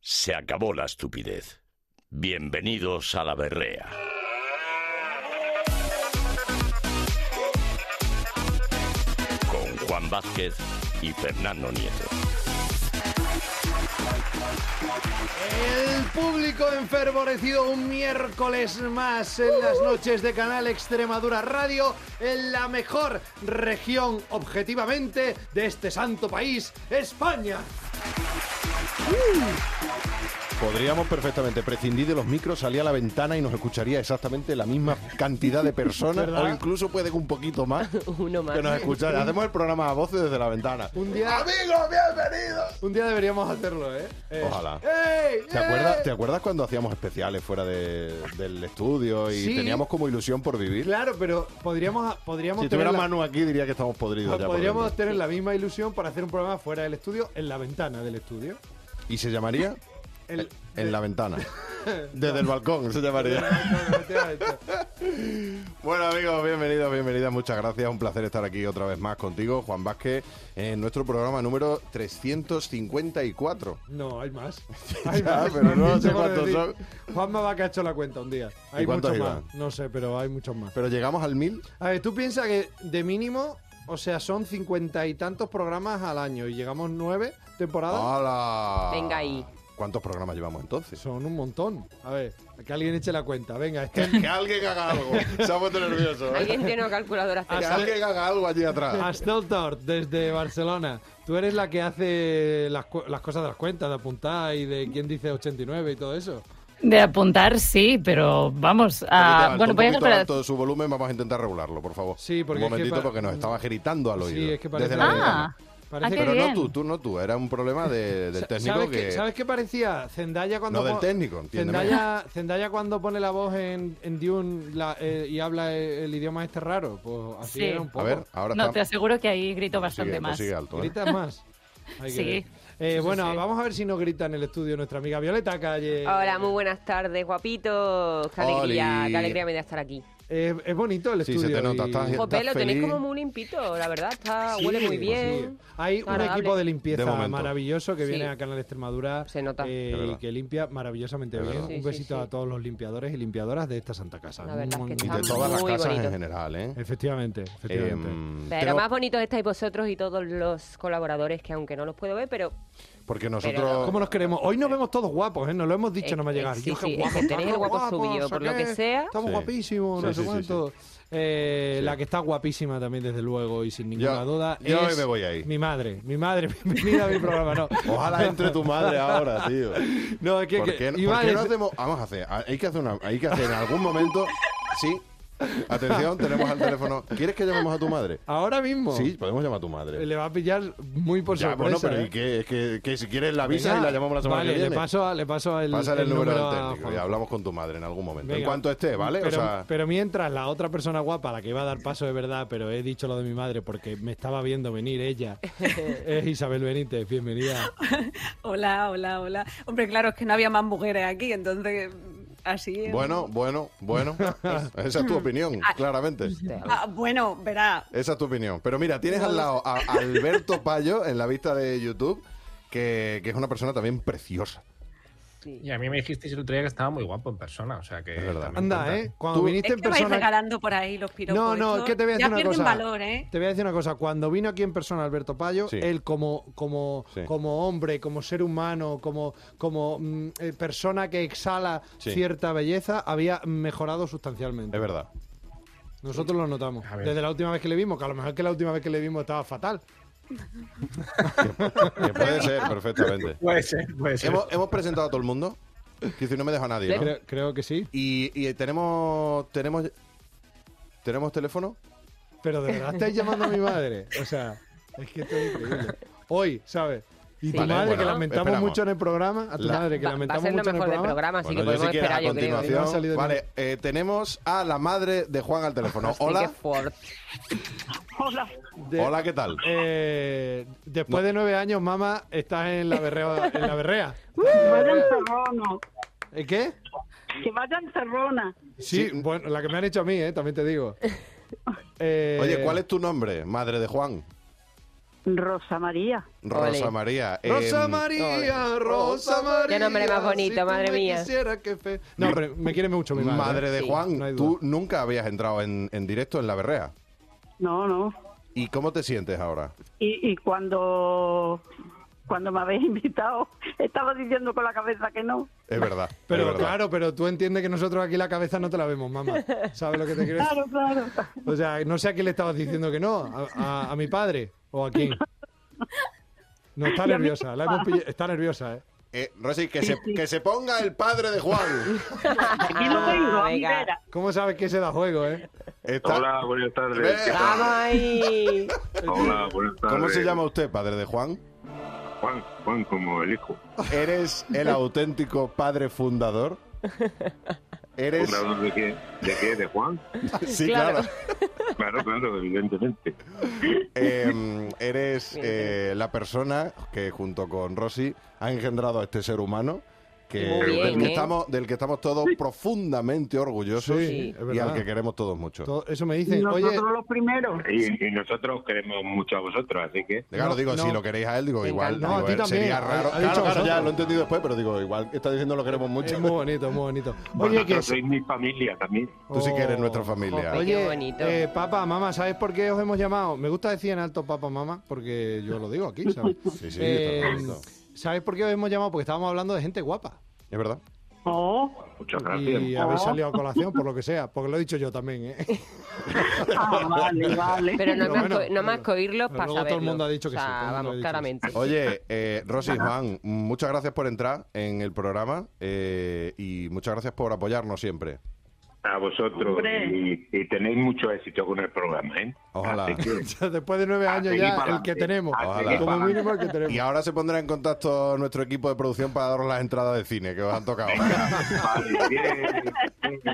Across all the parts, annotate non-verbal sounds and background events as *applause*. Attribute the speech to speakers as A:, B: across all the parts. A: Se acabó la estupidez. Bienvenidos a la berrea. Con Juan Vázquez y Fernando Nieto.
B: El público enfervorecido un miércoles más en las noches de Canal Extremadura Radio, en la mejor región objetivamente de este santo país, España.
C: Podríamos perfectamente prescindir de los micros, salir a la ventana y nos escucharía exactamente la misma cantidad
B: *laughs*
C: de personas,
B: ¿Verdad?
C: o incluso puede que un poquito
B: *laughs*
C: más,
D: Uno más.
C: que nos escuchara. Hacemos el programa a voces desde la ventana.
B: Un día,
C: ¡Amigos, bienvenidos!
B: un día deberíamos hacerlo, ¿eh? Eh,
C: Ojalá.
B: ¡Ey!
C: ¿Te acuerdas, ¿Te acuerdas cuando hacíamos especiales fuera de- del estudio y
B: Sí.
C: teníamos como ilusión por vivir?
B: Claro, pero podríamos, podríamos,
C: si
B: tener,
C: tuviera
B: la- Pues
C: Manu aquí diría que estamos podridos ya. por
B: podríamos
C: dentro.
B: tener la misma ilusión para hacer un programa fuera del estudio, en la ventana del estudio.
C: ¿Y se llamaría?
B: El- *laughs*
C: En la ventana. Desde el balcón se llamaría. Bueno amigos, bienvenidos, bienvenidas, muchas gracias, un placer estar aquí otra vez más contigo, Juan Vázquez, en nuestro programa número 354.
B: No, hay
C: *laughs*
B: más.
C: Ya, pero
B: *laughs*
C: no
B: Bien,
C: sé
B: te voy a
C: cuántos
B: decir. Juanma va que ha hecho la cuenta un día. Hay
C: cuántos
B: muchos
C: iban?
B: más. No sé, pero hay muchos más.
C: Pero llegamos al 1000,
B: A ver, tú piensas que de mínimo, o sea, son cincuenta y tantos programas al año y llegamos nueve
C: Ah.
B: temporadas.
C: ¡Hala!
D: Venga ahí.
C: ¿Cuántos programas
E: *laughs*
C: llevamos entonces?
B: Son un montón. A ver, que alguien eche la cuenta. Venga, este *laughs*
C: Que, que alguien haga algo, se ha puesto nervioso. ¿eh?
D: Alguien tiene una calculadora
C: Que
B: Ah,
D: cerca.
C: alguien haga algo allí atrás.
B: Asteltort, desde Barcelona. Tú eres la que hace las, cu- las cosas de las cuentas, de apuntar y de quién dice 89 y todo eso.
E: De apuntar, sí, pero vamos. A,
C: Ahorita,
E: Ah, bueno,
C: un
E: voy a
C: poquito
E: esperar.
C: alto de su volumen, vamos a intentar regularlo, por favor.
B: Sí, porque
C: un
B: es que
C: momentito
B: pa-
C: porque nos estaba gritando al
B: Sí,
C: oído.
B: es que parece-
C: desde la
B: Ah,
C: ventana.
B: Parece
E: qué
B: que-
C: Pero no
E: bien.
C: tú, tú no tú, era un problema de- del técnico
B: ¿Sabes,
C: que...
B: qué, ¿Sabes qué parecía? Zendaya cuando.
C: No, del
B: po-
C: técnico, entiéndeme.
B: Zendaya, Zendaya cuando pone la voz en, en Dune la- eh, y habla el, el idioma este raro. Pues así
E: Sí.
B: era un poco.
C: A ver, ahora
E: No,
C: está-
E: te aseguro que ahí grito
C: Pues
E: bastante
C: sigue, pues
E: más.
C: sigue alto, ¿eh?
B: Gritas
D: *laughs*
B: más. Hay que
E: Sí.
B: ver.
E: Sí,
B: Eh,
E: sí,
B: bueno,
E: sí.
B: vamos a ver si nos grita en el estudio nuestra amiga Violeta Calle.
D: Hola, muy buenas tardes, guapitos. Qué alegría, qué alegría me da estar aquí.
B: Eh, es bonito el
C: Sí,
B: estudio.
C: se te nota,
B: y-
C: estás-
B: Sí,
D: Jope, lo tenéis
C: feliz.
D: como muy limpito, la verdad. Está, huele
B: sí.
D: muy bien.
B: Hay
D: está
B: un
D: agradable.
B: equipo de
C: De
B: limpieza
C: momento.
B: maravilloso que
D: Sí.
B: viene a Canal Extremadura
D: Se nota.
B: eh,
C: Es
B: y
C: verdad.
B: que limpia maravillosamente
C: Es
B: bien.
C: verdad.
D: Sí,
B: Un
D: sí,
B: besito
D: sí.
B: a todos los limpiadores y limpiadoras de esta santa casa.
D: La verdad es que
C: Y de
D: Está
C: todas las
D: muy
C: casas en
D: bonito.
C: general, ¿eh?
B: Efectivamente, efectivamente.
C: Em,
D: Pero
C: tengo-
D: más bonitos estáis vosotros y todos los colaboradores que aunque no los puedo ver, pero
C: porque nosotros...
D: pero-
B: ¿Cómo nos queremos? Hoy nos vemos todos guapos, ¿eh? Nos lo hemos dicho,
D: Eh,
B: no me llegar.
D: eh, sí,
B: qué
D: sí,
B: guapo,
D: es que tenéis el
B: estamos
D: guapo
B: guapos,
D: subido,
B: no sé
D: por lo
B: qué.
D: que sea.
B: Estamos
C: Sí.
B: guapísimos, no sé
C: Sí, sí, sí,
B: cuánto. Eh,
C: Sí.
B: La que está guapísima también, desde luego, y sin ninguna
C: Yo-
B: duda.
C: yo
B: es
C: hoy me voy ahí.
B: Mi madre, mi madre, *laughs* bienvenida a mi programa,
C: *laughs*
B: no.
C: Ojalá entre tu madre ahora,
B: *laughs*
C: tío.
B: No, es que,
C: ¿Por
B: que-
C: qué, no-
B: iba
C: por
B: a
C: qué no
B: decir-
C: hacemos...? Vamos a hacer... Hay que hacer, una, hay que hacer en algún momento... Sí. Atención, tenemos al teléfono. ¿Quieres que llamemos a tu madre?
B: Ahora mismo
C: Sí, podemos llamar a tu madre.
B: le va a pillar muy por
C: Ya,
B: sorpresa.
C: bueno, pero
B: ¿eh?
C: ¿y qué? Es que, que si quieres la avisa
B: Venga,
C: y la llamamos la semana
B: vale,
C: que viene.
B: Le paso, a- le paso el,
C: Pásale el, número,
B: a
C: al técnico y
B: Juanjo.
C: hablamos con tu madre en algún momento. En
B: Venga.
C: cuanto esté, ¿vale?
B: Pero,
C: o sea,
B: pero mientras la otra persona guapa, la que iba a dar paso de verdad, pero he dicho lo de mi madre porque me estaba viendo venir
F: *laughs*
B: ella, es Isabel Benítez, bienvenida.
F: Hola, hola, hola. Hombre, claro, es que no había más mujeres aquí, entonces así. es.
C: bueno, bueno,
D: *laughs*
C: bueno. Esa es tu opinión, claramente.
F: Ah, bueno, verá.
C: Esa es tu opinión. Pero mira, tienes al lado a Alberto Payo en la vista de YouTube, que, que es una persona también preciosa.
D: sí.
G: Y a mí me dijisteis el otro día que estaba muy guapo en persona, o sea que...
C: Es verdad.
G: también
B: Anda,
G: cuenta.
B: ¿eh? Cuando
C: Tú-
B: viniste
F: Es
B: en
F: que vais
B: persona...
F: regalando por ahí los piropos.
B: No, no,
F: Esto
B: es que te voy a decir
F: ya
B: una
F: pierden
B: cosa.
F: valor, ¿eh?
B: Te voy a decir una cosa, cuando vino aquí en persona Alberto Payo,
C: Sí.
B: él como, como,
C: Sí.
B: como hombre, como ser humano, como, como mm, eh, persona que exhala
C: Sí.
B: cierta belleza, había mejorado sustancialmente.
C: Es verdad.
B: Nosotros lo notamos.
G: A ver.
B: Desde la última vez que le vimos, que a lo mejor que la última vez que le vimos estaba fatal.
C: Que puede ser, perfectamente.
G: Puede ser, puede ser.
C: Hemos, hemos presentado a todo el mundo. Que si no me deja nadie, ¿no?
B: Creo, creo que sí.
C: Y, y tenemos, tenemos... ¿Tenemos teléfono?
B: Pero de verdad estáis llamando a mi madre. O sea, es que esto es increíble. Hoy, ¿sabes? Y tu
C: Vale,
B: madre,
C: bueno,
B: que lamentamos
C: esperamos.
B: mucho en el programa. A tu
C: La-
B: madre, que
D: Va, va a
B: lamentamos
D: ser lo
B: mucho en el
D: mejor del
B: programa.
D: programa, así que
C: yo
D: Ah, podemos
C: si quieres,
D: esperar, yo creo.
B: No ha salido
C: continuación. Vale, eh, tenemos a la madre de Juan al teléfono.
D: Hostia, qué
C: Hola.
D: fuerte.
B: De-
C: Hola, ¿qué tal?
B: eh, después de nueve años, mamá, estás en la berrea. En la berrea.
H: Uh. Vayan cerrona,
B: ¿Eh, ¿Qué?
H: que vayan cerrona.
B: Sí, bueno, la que me han hecho a mí, eh, también te digo. Eh,
C: Oye, ¿cuál es tu nombre, madre de Juan?
I: Rosa María.
C: Rosa
D: Ole.
C: María.
B: Eh,
C: em,
J: Rosa María, Rosa María.
D: Qué nombre más bonito,
J: tú
D: madre
J: me
D: mía.
J: quisiera que fe-
B: No, pero me quiere mucho mi
C: Madre,
B: madre. ¿eh?
C: de
D: Sí,
C: Juan,
B: no hay
C: tú nunca habías entrado en, en directo en La Berrea.
I: No, no.
C: ¿Y cómo te sientes ahora?
I: Y, y cuando, cuando me habéis *laughs* invitado, estaba diciendo con la cabeza que no.
C: Es verdad. es
B: Pero
C: verdad.
B: claro, pero tú entiendes que nosotros aquí la cabeza no te la vemos, mamá. ¿Sabes lo que te quiero decir?
I: Claro, claro.
B: O sea, no sé a quién le estabas diciendo que no, a, a- a mi padre o a quién. No, está
I: Y a mi
B: nerviosa, la hemos pill- está nerviosa, ¿eh?
C: Eh, Rosy, que se, que se ponga el padre de Juan.
I: Aquí lo tengo,
H: Ah,
I: a mi
D: Ah, venga.
I: vera.
B: ¿Cómo sabes que se da juego, eh?
C: Está-
K: Hola, buenas tardes.
C: Ve-
K: ¿Qué
D: Vamos
K: tal?
D: ahí.
K: Hola, buenas tardes.
C: ¿Cómo se llama usted, padre de Juan?
K: Ah, Juan, Juan como el hijo.
C: ¿Eres el auténtico padre fundador? ¿Eres...?
K: ¿Fundador de qué? ¿De qué? ¿De Juan?
C: Sí, claro.
K: Claro, claro, evidentemente.
B: *laughs*
C: Em, eres eh, la persona que junto con Rosy ha engendrado a este ser humano que,
D: Muy bien,
C: del, que
D: ¿eh?
C: estamos, del que estamos todos profundamente orgullosos
B: Sí, es
C: y al
B: verdad.
C: que queremos todos mucho.
B: Todo- eso me dicen,
I: Nosotros
B: oye,
I: los primeros.
K: Y, y nosotros queremos mucho a vosotros, así que...
C: Claro,
B: No,
C: digo,
B: no.
C: si lo queréis a él, digo,
D: Me
C: igual
D: encanta.
B: No, a
C: digo,
B: ti
C: eh,
B: también.
C: sería
B: Ha-
C: raro.
B: ha
C: claro,
B: dicho a
C: claro, ya
B: vosotros.
C: lo he entendido después, pero digo, igual está diciendo lo queremos mucho.
B: es muy bonito, muy bonito. Oye,
K: Oye,
B: que...
K: sois mi familia también.
C: Tú sí que eres nuestra familia.
D: Ay, qué
B: Oh. Oye,
D: bonito.
B: eh, papá, mamá, ¿sabes por qué os hemos llamado? Me gusta decir en alto papá, mamá, porque yo lo digo aquí, ¿sabes?
C: Sí, sí,
B: Eh,
C: está bonito.
B: ¿Sabes por qué os hemos llamado? Porque estábamos hablando de gente guapa.
C: Es verdad.
I: Oh,
K: Muchas
B: Y
K: gracias.
B: habéis salido a colación, por lo que sea, porque lo he dicho yo también,
H: *laughs*
B: ¿eh?
I: ah, vale, vale.
D: Pero no
B: Pero
D: más,
B: bueno,
D: co- no más
B: pero-
D: que oírlos
B: pero
D: para
B: luego todo el
D: saberlo.
B: mundo ha dicho que
D: o
B: sí, todo
D: sea,
B: el mundo ha
D: vamos,
B: dicho
D: claramente.
C: Oye, eh, Rosy y Juan, muchas gracias por entrar en el programa eh, y muchas gracias por apoyarnos siempre.
K: A vosotros.
I: Hombre.
K: Y, y tenéis mucho éxito con el programa, ¿eh?
C: Ojalá.
K: Así
C: *laughs*
K: que-
B: Después de nueve
K: A
B: años
K: seguir
B: ya, el
K: pa'lante.
B: que tenemos.
K: A
C: Ojalá.
K: seguir
B: Como
K: pa'lante.
B: mínimo el que
C: Y
B: tenemos.
C: ahora se pondrá en contacto nuestro equipo de producción para daros las entradas de cine que os
B: *laughs*
C: han tocado.
K: Vale, bien.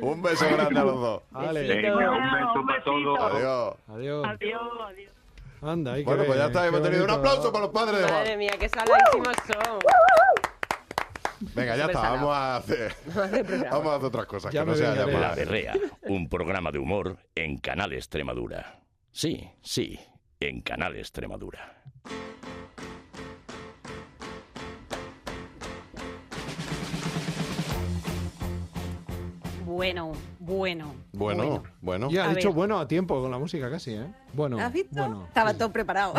C: Un beso grande a los dos.
B: Vale.
K: Venga, un
I: Bueno, Ah,
K: beso
I: un
K: para todos.
I: besito.
C: Adiós.
B: Adiós.
I: Adiós, adiós.
B: Anda, hay que
C: Bueno,
B: ver,
C: pues ya está,
B: qué
C: hemos tenido un
B: bonito.
C: aplauso para los padres de
D: Madre
C: Juan.
D: mía, qué saladísimos son.
C: Venga, ya
D: Súper
C: está,
D: salado.
C: vamos a
H: *laughs*
C: hacer, vamos a hacer otras cosas
B: Ya
C: que no
B: me
C: sea
B: vengaré.
A: La
C: llamar.
A: Berrea, un programa de humor en Canal Extremadura. Sí, sí, en Canal Extremadura.
H: Bueno, bueno.
C: Bueno, bueno.
B: Ya, ha
H: A
B: dicho
H: ver.
B: bueno a tiempo con la música casi, ¿eh? Bueno.
H: ¿Has visto?
B: Bueno.
H: Estaba todo preparado.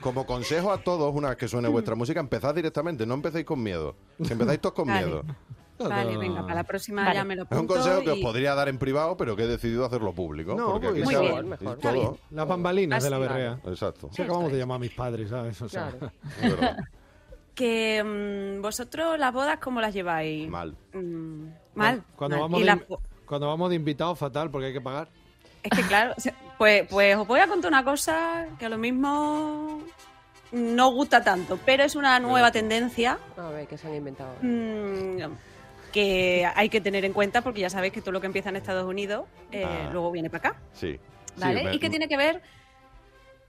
C: Como consejo a todos, una vez que suene vuestra música, empezad directamente, no empecéis con miedo. Que empecéis todos con
H: Vale.
C: miedo.
H: vale, venga, para la próxima
F: Vale.
H: ya me lo
C: Es
H: apunto.
C: un consejo que os
H: y-
C: podría dar en privado, pero que he decidido hacerlo público.
B: No,
C: porque aquí
B: pues,
C: se
H: Muy
C: habla-
H: bien,
C: y
H: Está
C: todo.
B: Las bambalinas de la
D: Así,
B: berrea.
C: Exacto.
B: Si acabamos de llamar a mis padres, ¿sabes? O sea,
D: Claro.
C: es verdad.
H: Que mm, vosotros las bodas, ¿cómo las lleváis?
C: Mal.
H: Mm, mal.
B: Cuando
H: mal.
B: vamos,
H: Y
B: de,
H: las
B: in-
H: bo-
B: cuando vamos de invitados, fatal, porque hay que
H: *laughs*
B: pagar.
H: Es que claro, se- pues, pues os voy a contar una cosa que a lo mismo no gusta tanto, pero es una nueva tendencia
D: A ver, ¿qué se han inventado? ahora?
H: mm, que hay que tener en cuenta porque ya sabéis que todo lo que empieza en Estados Unidos eh,
C: Ah.
H: luego viene para acá,
C: Sí.
H: ¿vale?
C: Sí, me-
H: y que tiene que ver...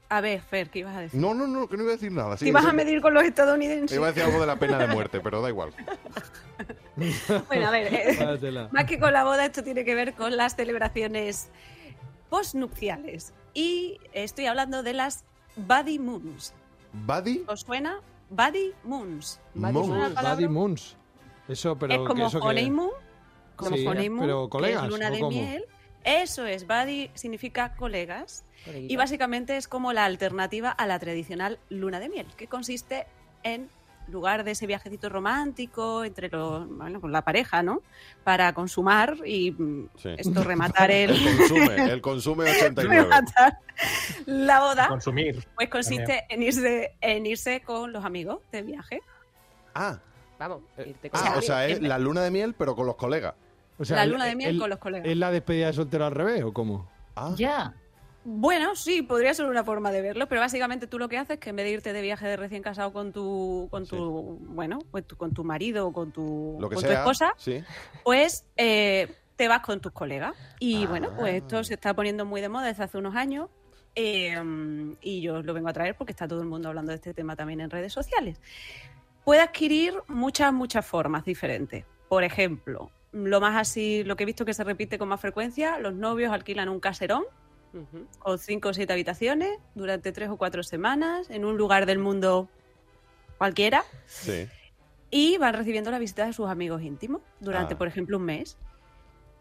H: A ver, Fer, ¿qué ibas a decir?
C: No, no, no, que no iba a decir nada. Sí,
H: ¿Te ibas
C: sí.
H: a medir con los estadounidenses?
C: Iba a decir algo de la pena de muerte, pero da igual.
H: *laughs* Bueno, a ver, eh,
B: Págatela.
H: más que con la boda, esto tiene que ver con las celebraciones postnupciales. Y estoy hablando de las Buddy Moons.
C: Buddy
H: ¿Os suena? *laughs* Buddy Moons.
C: Moon.
H: Una palabra.
B: Buddy Moons. Eso, pero.
H: es
B: que
H: como
B: eso que-
H: honeymoon, como
B: Sí,
H: honeymoon,
B: pero
H: que es
B: colegas,
H: luna
B: ¿o
H: de
B: cómo?
H: miel. Eso es, buddy significa colegas y
D: Coleguita.
H: básicamente es como la alternativa a la tradicional luna de miel, que consiste en lugar de ese viajecito romántico entre los, bueno, con la pareja, ¿no? Para consumar y mm,
C: Sí.
H: esto rematar
B: *laughs*
C: El
H: el *laughs*
C: consume, el consume 89.
H: rematar la boda,
G: Consumir.
H: pues consiste en irse en irse con los amigos de viaje.
C: Ah,
D: Vamos, irte con
C: ah,
D: la
C: o sea, es
H: eh,
D: amiga.
C: la luna de miel, pero con los colegas.
B: O sea,
H: la
B: el-
H: luna de miel
B: el-
H: con los colegas.
B: ¿Es la despedida de soltero al revés o cómo?
C: Ah,
F: Ya.
H: Bueno, sí, podría ser una forma de verlo, pero básicamente tú lo que haces es que en vez de irte de viaje de recién casado con tu, con
C: Sí.
H: tu, bueno, pues tu- con tu marido o con tu,
C: lo que
H: con
C: sea.
H: tu esposa,
C: Sí.
H: pues eh, te vas con tus colegas. Y
C: Ah.
H: bueno, pues esto se está poniendo muy de moda desde hace unos años. eh, y yo os lo vengo a traer porque está todo el mundo hablando de este tema también en redes sociales. Puede adquirir muchas, muchas formas diferentes. Por ejemplo, lo más así, lo que he visto que se repite con más frecuencia, los novios alquilan un caserón con cinco o siete habitaciones durante tres o cuatro semanas en un lugar del mundo cualquiera
C: Sí.
H: y van recibiendo la visita de sus amigos íntimos durante,
C: Ah.
H: por ejemplo, un mes.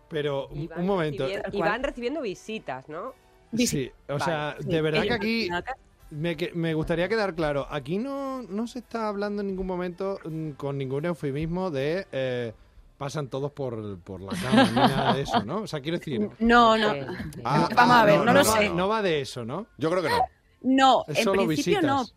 B: Pero un,
D: Y van
B: un momento.
D: recibiendo-
H: Tal
D: Y
H: cual.
D: van recibiendo visitas, ¿no?
B: Sí, o sea,
H: Vale,
B: de
H: sí.
B: verdad
H: Ellos
B: que aquí
H: van acá.
B: me, que- me gustaría quedar claro. Aquí no, no se está hablando en ningún momento mm, con ningún eufemismo de eh, pasan todos por, por la cama, ni nada de eso, ¿no? O sea, quiero decir.
H: No, no.
D: Eh,
C: Ah,
H: *laughs* Vamos
C: ah,
H: a ver, no,
B: va-
H: lo sé.
B: No va de eso, ¿no?
C: Yo creo que no.
H: No,
B: Es
H: en
B: solo
H: principio
B: visitas.
H: no.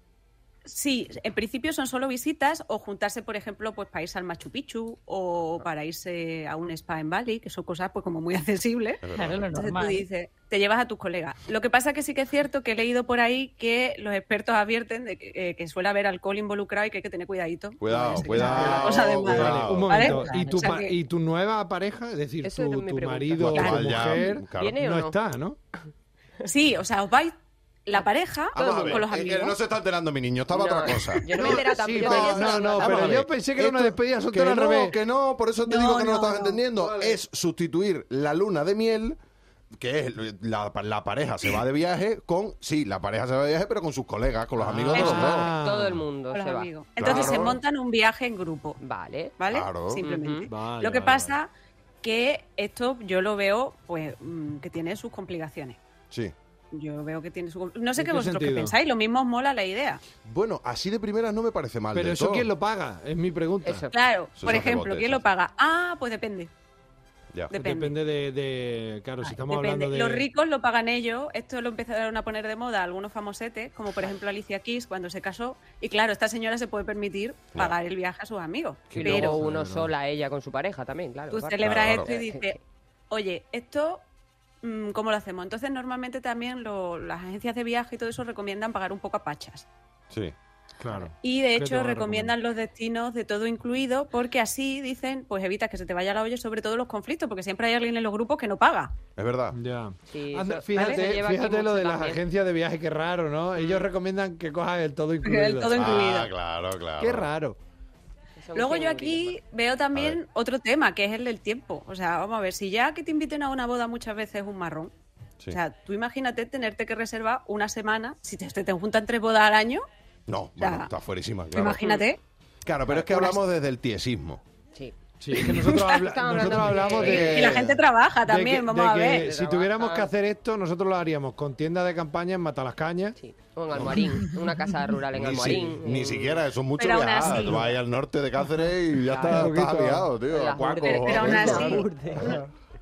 H: Sí, en principio son solo visitas o juntarse, por ejemplo, pues para irse al Machu Picchu o para irse a un spa en Bali, que son cosas pues como muy *laughs* accesibles.
C: Es verdad.
F: Claro, lo
H: Entonces
F: normal.
H: tú dices, te llevas a tus colegas. Lo que pasa que sí que es cierto que he leído por ahí que los expertos advierten de que, eh, que suele haber alcohol involucrado y que hay que tener
B: *laughs*
H: cuidadito.
C: Cuidado,
H: No vaya a ser que
C: cuidado,
H: se haga una cosa de
B: Vale,
C: cuidado.
H: madre.
B: un
H: ¿Vale?
B: momento. ¿Y, tu
H: O sea
B: pa-
H: que-
B: y tu nueva pareja, es decir,
D: Eso
B: tu,
D: me
B: tu
D: pregunta.
B: marido o tu
C: Actual ya,
B: mujer,
C: claro.
D: Viene- ¿Tiene o
B: no
D: no?
B: está, ¿no?
H: Sí, o sea, os vais la pareja
C: Vamos a
H: con,
C: ver,
H: los
C: eh, eh,
H: amigos.
C: no se está enterando mi niño, estaba
D: No,
C: otra cosa.
D: *laughs* Yo no me he enterado
B: sí,
D: tampoco.
B: pero-
D: yo tenía esa
B: no, no,
D: nota.
B: pero
C: Vamos a
B: yo
C: ver,
B: pensé que era una despedida soltera
C: que
B: al
C: no,
B: revés.
C: Que no, por eso te
H: No,
C: digo que no, lo
H: no,
C: estás
H: no.
C: entendiendo. Es sustituir la luna de miel, que es la, la pareja se va de viaje, con. Sí, la pareja se va de viaje, pero con sus colegas, con los amigos de los
D: Eso,
C: dos.
B: Ah.
D: Todo el mundo
H: con los
D: se va.
H: amigos. Entonces
C: Claro.
H: se montan un viaje en grupo,
D: Vale.
H: ¿vale?
C: Claro.
H: Simplemente.
D: Ujú.
B: Vale,
H: lo que
B: vale,
H: pasa que esto yo lo veo, pues, mm, que tiene sus complicaciones.
C: Sí.
H: Yo veo que tiene su... No sé
B: ¿En
H: qué
B: qué
H: vosotros qué
B: sentido?
H: pensáis, lo mismo os mola la idea.
C: Bueno, así de primeras no me parece mal.
B: Pero
C: del
B: eso
C: todo.
B: quién lo paga, es mi pregunta.
D: Eso.
H: Claro,
C: Eso
H: por
C: es
H: ejemplo,
C: rebote,
H: ¿quién
C: eso.
H: lo paga? Ah, pues depende.
C: Ya.
H: Depende.
B: Depende de, de- claro,
D: Ah,
B: si estamos
H: Depende.
B: hablando de
H: Los ricos lo pagan ellos. Esto lo empezaron a poner de moda algunos famosetes, como por ejemplo Alicia Keys cuando se casó. Y claro, esta señora se puede permitir pagar el viaje a sus amigos.
B: Qué
D: Y
B: loco.
D: luego
H: Pero
D: uno
B: Claro.
D: sola, ella con su pareja también, claro.
H: tú
D: claro.
H: celebras
C: Claro,
H: esto y dices, oye, esto, mm, ¿cómo lo hacemos? Entonces, normalmente también lo- las agencias de viaje y todo eso recomiendan pagar un poco a pachas.
C: Sí.
B: claro.
H: Y de
B: ¿Qué te
H: hecho
B: van a
H: recomiendan los destinos de todo incluido porque así dicen, pues evitas que se te vaya la olla, sobre todo los conflictos, porque siempre hay alguien en los grupos que no paga.
C: Es verdad.
B: Ya.
D: Sí,
B: Anda,
D: eso- eso
B: fíjate,
D: lleva aquí
B: fíjate lo
D: mucho
B: de las
D: también.
B: agencias de viaje, qué raro, ¿no? Ellos recomiendan que cojas el todo incluido.
H: El todo incluido.
C: Ah, claro, claro.
B: Qué raro.
D: Son
H: Luego
D: cien
H: yo aquí
D: eurillos
H: veo
C: A
H: también
C: ver.
H: otro tema, que es el del tiempo. O sea, vamos a ver, si ya que te inviten a una boda muchas veces es un marrón.
C: Sí.
H: O sea, tú imagínate tenerte que reservar una semana, si te, te- te juntan tres bodas al año,
C: No,
H: Ya.
C: bueno, está fuerísima, claro.
H: imagínate.
C: Claro, pero es que hablamos desde el tiesismo.
D: más. Sí.
B: Sí, es que nosotros,
D: *laughs*
B: habla-
D: Estamos hablando
B: nosotros
D: de-
B: hablamos
D: Y-
B: de...
H: y la gente
D: Ah,
H: trabaja
B: de
H: también,
B: que-
H: vamos
B: de
H: a
B: que
H: ver.
B: Si tuviéramos que
D: Trabajan.
B: hacer esto, nosotros lo haríamos con tienda de campaña en Matalascañas.
D: Sí, o en Almoharín, una casa rural en
C: Ni, si-
D: Almoharín.
C: ni
D: en-
C: siquiera, eso es mucho
H: Pero aún
C: viajar.
H: así.
C: Tú vas ahí al norte de Cáceres y ya
D: Claro.
C: estás,
B: Un
C: estás
B: poquito.
C: aviado, tío.
D: en
C: a
D: las
C: Cuaco,
D: Lourdes.
H: Pero
C: a
H: aún
C: Cuenca.
H: así,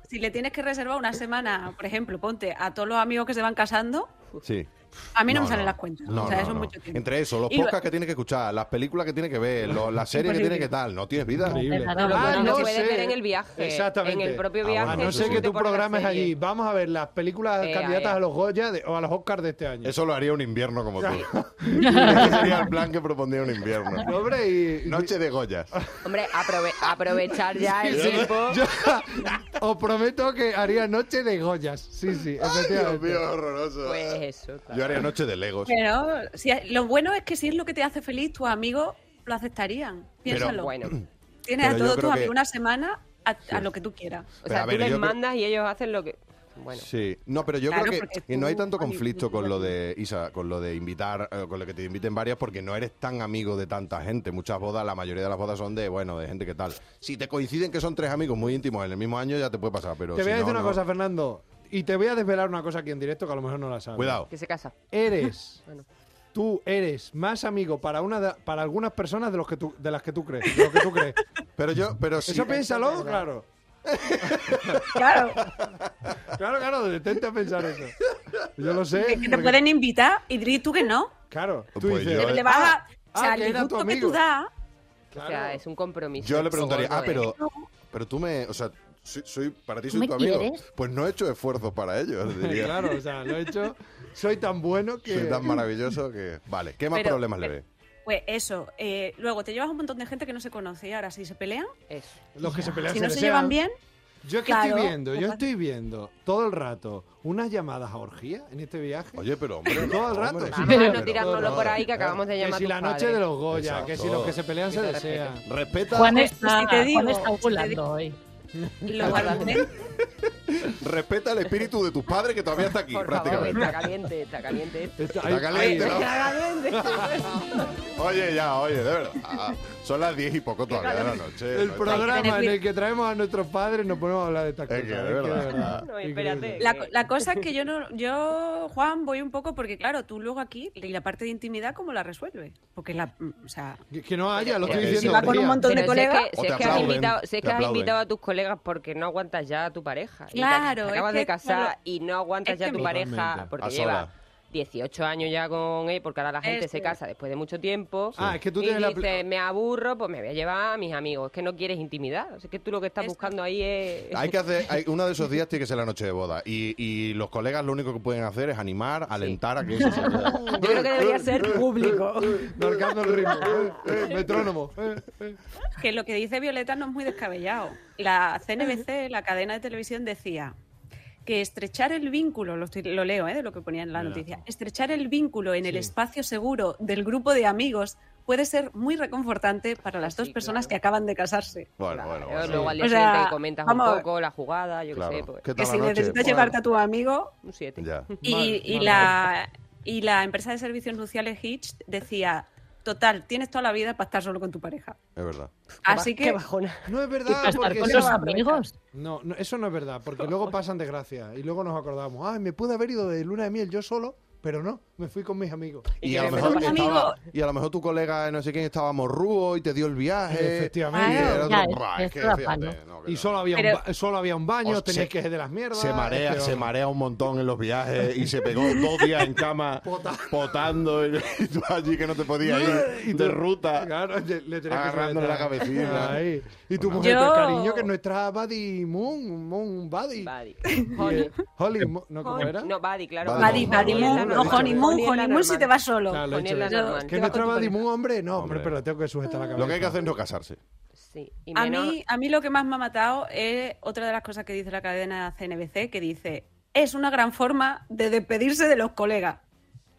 H: Si le tienes que reservar una semana, por ejemplo, ponte a todos los amigos que se van casando,
C: Sí.
H: a mí no, me salen las cuentas.
C: No,
H: o sea,
C: no,
H: eso
C: no.
H: es mucho tiempo.
C: Entre eso, los
H: Y lo-
C: podcasts que tienes que escuchar, las películas que tienes que ver, lo- las series que tienes que tal, no tienes vida.
B: Increíble.
F: Ah,
D: No, lo
F: Ah,
D: bueno,
F: no
D: lo puedes
B: sé.
D: ver en el viaje.
B: Exactamente.
D: En el propio
C: Ah,
D: viaje.
C: bueno,
B: A no
C: sí,
B: ser
C: sí.
B: que
D: tú
B: tu
D: pones la
B: programa es
D: serie.
B: allí. Vamos a ver las películas
D: Ea,
B: candidatas
D: ea.
B: a los Goya de- o a los Oscars de este año.
C: Eso lo haría un invierno como
B: *laughs*
C: tú. Ese sería el plan que propondría un invierno.
B: No, hombre, y- y-
C: Noche de Goyas.
D: Hombre, aprove- aprovechar ya el
B: Sí,
D: tiempo.
B: yo *laughs* os prometo que haría noche de Goyas. Sí, sí,
C: Dios
B: efectivamente.
C: mío, horroroso.
D: Pues eso. claro.
C: Yo haría noche de Legos.
H: Pero si- lo bueno es que si es lo que te hace feliz, tus amigos lo aceptarían. Piénsalo.
D: Bueno. O
H: Tienes
C: Pero
H: a
C: yo
H: todos
C: creo
H: tus
C: que-
H: amigos una semana a, a lo que tú quieras.
C: Pero
D: sea,
C: a ver,
D: tú les
C: yo creo-
D: mandas y ellos hacen lo que. Bueno.
C: Sí, no, pero yo
H: Claro,
C: creo que
H: porque
C: y no hay
H: tú-
C: tanto
H: ay,
C: conflicto
H: yo
C: con
H: digo
C: lo de Isa, con lo de invitar, eh, con lo que te inviten varias, porque no eres tan amigo de tanta gente. Muchas bodas, la mayoría de las bodas son de, bueno, de gente que tal. Si te coinciden que son tres amigos muy íntimos en el mismo año, ya te puede pasar, pero
B: Te voy
C: si
B: a decir
C: no,
B: una
C: no.
B: cosa, Fernando. Y te voy a desvelar una cosa aquí en directo que a lo mejor no la sabes.
C: Cuidado.
D: Que se casa.
H: *laughs*
B: Eres.
D: Bueno.
B: Tú eres más amigo para una de- para algunas personas de los que tú, de las que tú crees, de lo que tú crees.
C: Pero yo, pero *laughs* sí.
B: Eso piénsalo, claro. *laughs*
H: Claro,
B: Claro, claro, detente a pensar eso. Yo lo sé.
H: que te
B: porque-
H: pueden invitar y dir tú que no.
B: Claro, tú
C: Pues
B: dices,
C: yo-
H: Le vas a-
B: ah,
H: o sea,
B: que
H: el
B: era tu
H: disgusto que
B: amigo.
H: tú das,
D: O sea, es un compromiso.
C: Yo le preguntaría, ah,
D: gordo, ¿eh?
C: pero, pero tú me, o sea, soy, soy- para ti
F: ¿Tú
C: soy
F: me
C: tu amigo.
F: quieres?
C: Pues no he hecho esfuerzos para ello, le
B: Sí,
C: diría.
B: eh, Claro, o sea, lo he hecho. Soy tan bueno que.
C: Soy tan maravilloso que, vale. ¿Qué más
H: Pero-
C: problemas le
H: pero-
C: ve?
H: pues eso. eh, luego te llevas un montón de gente que no se conocía. Ahora, si se pelean,
C: *laughs*
D: Eso.
B: Los que se pelean
H: si no se
B: desean.
H: llevan bien,
B: Yo es que
H: claro,
B: estoy viendo, yo
H: capaz.
B: estoy viendo todo el rato unas llamadas a orgía en este viaje.
C: Oye, pero hombre,
B: Todo el rato.
C: hombre,
B: Vamos
D: Vamos a
B: Pero-
D: no tirárnoslo por ahí que acabamos de
B: que
D: llamar
B: si
D: a
B: la
D: tus
B: noche
D: padres.
B: de los Goya, que si
C: Exacto.
B: los que se pelean se
D: Mira,
B: desean.
C: Respeta.
F: Juan
H: Pues
F: está,
H: si te digo,
F: Juan está
H: si te
F: ovulando hoy.
H: ¿eh? los argumentos,
C: Respeta el espíritu de tus padres que todavía está aquí,
D: Por favor,
C: prácticamente.
D: está caliente, está caliente.
C: *laughs*
D: esto.
C: Está caliente, ¿no?
D: Está caliente.
C: Oye, ya, oye, de verdad. Ah, Son las 10 y poco todavía de la noche.
B: El
C: No está-
B: programa en el que traemos a nuestros padres nos ponemos a hablar de estas
C: Es
B: cosas.
C: que de verdad.
D: No, espérate.
H: La,
D: que-
H: co- la cosa es que yo no, yo, Juan, voy un poco porque, claro, tú luego aquí, y la parte de intimidad, ¿cómo la resuelves? Porque la, mm, o sea,
B: Que- Que no haya, lo estoy
C: Porque si
B: diciendo.
C: va
H: con un
B: María.
H: montón de
D: Pero si es
H: colegas.
D: que-
C: O
D: Si
C: te
D: es que has
C: aplauden,
D: invitado- si es
C: te
D: que has
C: aplauden.
D: invitado a tus colegas porque no aguantas ya a tu pareja. Y te-
H: Claro,
D: Te
H: es
D: acabas
H: que
D: de casar
H: claro,
D: y no aguantas
H: es
D: ya a
H: que
D: tu
H: me-
D: pareja
B: Totalmente,
D: porque
C: a
D: lleva
C: sola.
D: 18 años ya con él, porque ahora la gente
H: Eso
D: se
H: es.
D: casa después de mucho tiempo.
B: Ah, es que tú
D: y
B: tienes la pl-
D: dices, me aburro, pues me voy a llevar a mis amigos. Es que no quieres intimidad. Es que tú lo que estás
H: Eso.
D: buscando ahí es.
C: Hay que hacer, hay- uno de esos días tiene que ser la noche de boda. Y, y los colegas lo único que pueden hacer es animar, alentar a que eso se
D: *laughs* Yo creo que debería ser público.
B: Marcando el ritmo. Eh, eh, metrónomo. eh, eh.
H: que lo que dice Violeta no es muy descabellado. La CNBC, la cadena de televisión, decía que estrechar el vínculo, lo, estoy- lo leo eh, de lo que ponía en la noticia, estrechar el vínculo en el espacio seguro del grupo de amigos puede ser muy reconfortante para las
D: Sí,
H: dos personas
D: claro.
H: que acaban de casarse.
C: Bueno, bueno,
D: Claro,
C: bueno.
D: Luego al día
H: O sea,
D: siguiente comentas un
H: vamos a ver.
D: poco la jugada, yo qué sé,
C: Claro.
D: pues,
C: ¿Qué
H: Que
C: tal la
H: si
C: noche?
H: necesitas
C: Bueno,
H: llevarte a tu amigo,
D: un 7.
C: Ya.
H: Y,
B: Vale,
H: y
B: vale.
H: la, y la empresa de servicios sociales Hitch decía, total, tienes toda la vida para estar solo con tu pareja.
C: Es
D: *laughs*
C: verdad.
H: Así
D: Qué
H: que,
D: bajona.
B: No es
C: Ah,
B: verdad.
F: Para estar
B: porque
F: con
B: se
F: los
B: va-
F: amigos.
B: No, no, eso no es verdad, porque luego pasan desgracias y luego nos acordamos, ay, me pude haber ido de luna de miel yo solo, pero no, me fui con mis amigos.
C: Y a, lo
D: que
C: mejor
H: me lo paso.
C: estaba-
H: Amigo.
C: y a lo mejor tu colega, no sé quién, estaba morrúo y te dio el viaje.
B: Efectivamente.
C: Y era
F: Ya,
C: otro-
F: es-
C: Buah, es
F: es
C: que
F: toda
C: fíjate,
F: pan,
C: no, que
B: Y
C: no.
B: solo había,
H: Pero-
B: un ba- solo había un baño,
C: Hostia,
B: tenías
C: se-
B: que ir de las mierdas.
C: Se marea,
B: este,
C: se
B: o-
C: marea un montón en los viajes y se pegó dos días
B: *laughs*
C: en cama potando y, *laughs* y tú allí que no te podías ir de ruta.
B: Claro, le, le tenías que
C: Agarrándole
B: sujetar.
C: la cabecina.
B: Ahí. Y tu
C: Bueno.
B: mujer,
H: Yo-
B: pero cariño, que es nuestra Buddy Moon, Moon Buddy.
H: *laughs*
D: Buddy.
B: Y,
D: Honey.
B: eh, Holly, Mo- ¿no cómo
D: Honey.
B: era?
D: No, Buddy, claro.
C: Buddy,
H: Buddy,
C: no,
H: Buddy
C: no,
H: Moon,
C: no,
H: no,
C: no,
H: Honeymoon,
D: Honey es la
H: Honeymoon si te
D: normal.
H: vas solo.
B: Claro, lo he dicho
D: Honey es la
B: bien.
D: normal.
B: Que
H: Te
B: es
H: va con
B: nuestra
H: tu
B: Buddy
H: pareja.
B: Moon, hombre, no, hombre,
C: Hombre.
B: pero tengo que sujetar la cabeza.
C: Lo que hay que hacer es no casarse.
D: Sí. Y
H: A
D: menos-
H: mí, a mí lo que más me ha matado es otra de las cosas que dice la cadena CNBC, que dice, es una gran forma de despedirse de los colegas.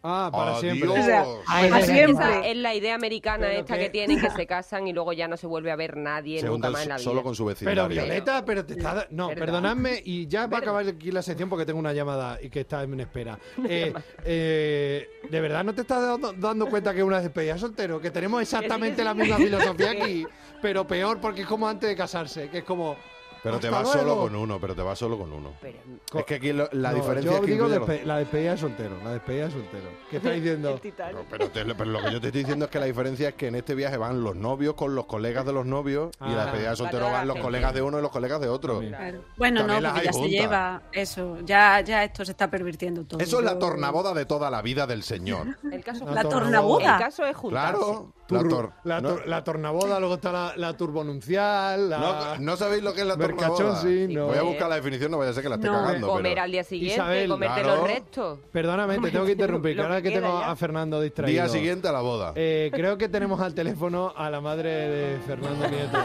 B: Ah, para siempre.
C: Adiós.
H: O sea,
F: Ay,
H: Para
F: de verdad.
H: siempre.
D: Esa es la idea americana
B: Pero
D: esta
B: que-
D: que... tienen, que se casan y luego ya no se vuelve a ver nadie
C: Se
D: nunca
C: hunde
D: más en la vida.
C: solo con su
B: Pero
C: vecindario.
B: Violeta, pero te está... No,
D: ¿Verdad?
B: perdonadme y ya va a acabar aquí la sección porque tengo una llamada y que está en espera.
C: *laughs*
B: Eh, eh, ¿De verdad no te estás dando, dando cuenta que es una despedida soltero? Que tenemos exactamente la misma filosofía
C: *laughs*
B: aquí, pero peor porque es como antes de casarse, que es como...
C: Pero te
B: "Hasta
C: vas solo
B: luego".
C: con uno, pero te vas solo con uno.
D: Pero,
C: Es que aquí lo- la
B: No,
C: diferencia
B: yo
C: es que
B: digo
C: incluye los-
B: despe- la despedida de soltero, la despedida de soltero. ¿Qué está diciendo?
C: No, pero, te- pero lo que yo te estoy diciendo es que la diferencia es que en este viaje van los novios con los colegas de los novios y la
B: Ah.
C: despedida de soltero
D: toda la
C: van los
D: gente.
C: colegas de uno y los colegas de otro.
B: También.
H: Claro. Bueno,
C: También
H: no,
C: las
H: porque
C: hay
H: ya se
C: juntas.
H: lleva eso, ya, ya esto se está pervirtiendo todo.
C: Eso es la
H: Yo-
C: tornaboda de toda la vida del señor.
D: el caso
B: La
H: tornaboda.
D: El caso es juntarse.
C: Claro, la,
B: Turbo-
C: tor-
B: la,
C: no-
B: tor- la tornaboda, luego está la, la turbonuncial, la...
C: no, no sabéis lo que es la
B: Mercachón,
C: tornaboda.
B: sí, eh. no.
C: Voy a buscar la definición, no vaya a ser que la esté
H: No.
C: cagando.
D: Comer
C: pero-
D: al día siguiente,
B: Isabel,
D: comerte
C: claro.
D: los restos.
B: Perdóname, te tengo que interrumpir, que
D: Lo
B: ahora
D: que
B: que tengo
D: queda ya.
B: a Fernando distraído.
C: Día siguiente a la boda.
B: Eh, creo que tenemos al teléfono a la madre de Fernando
D: *laughs*
B: Nieto.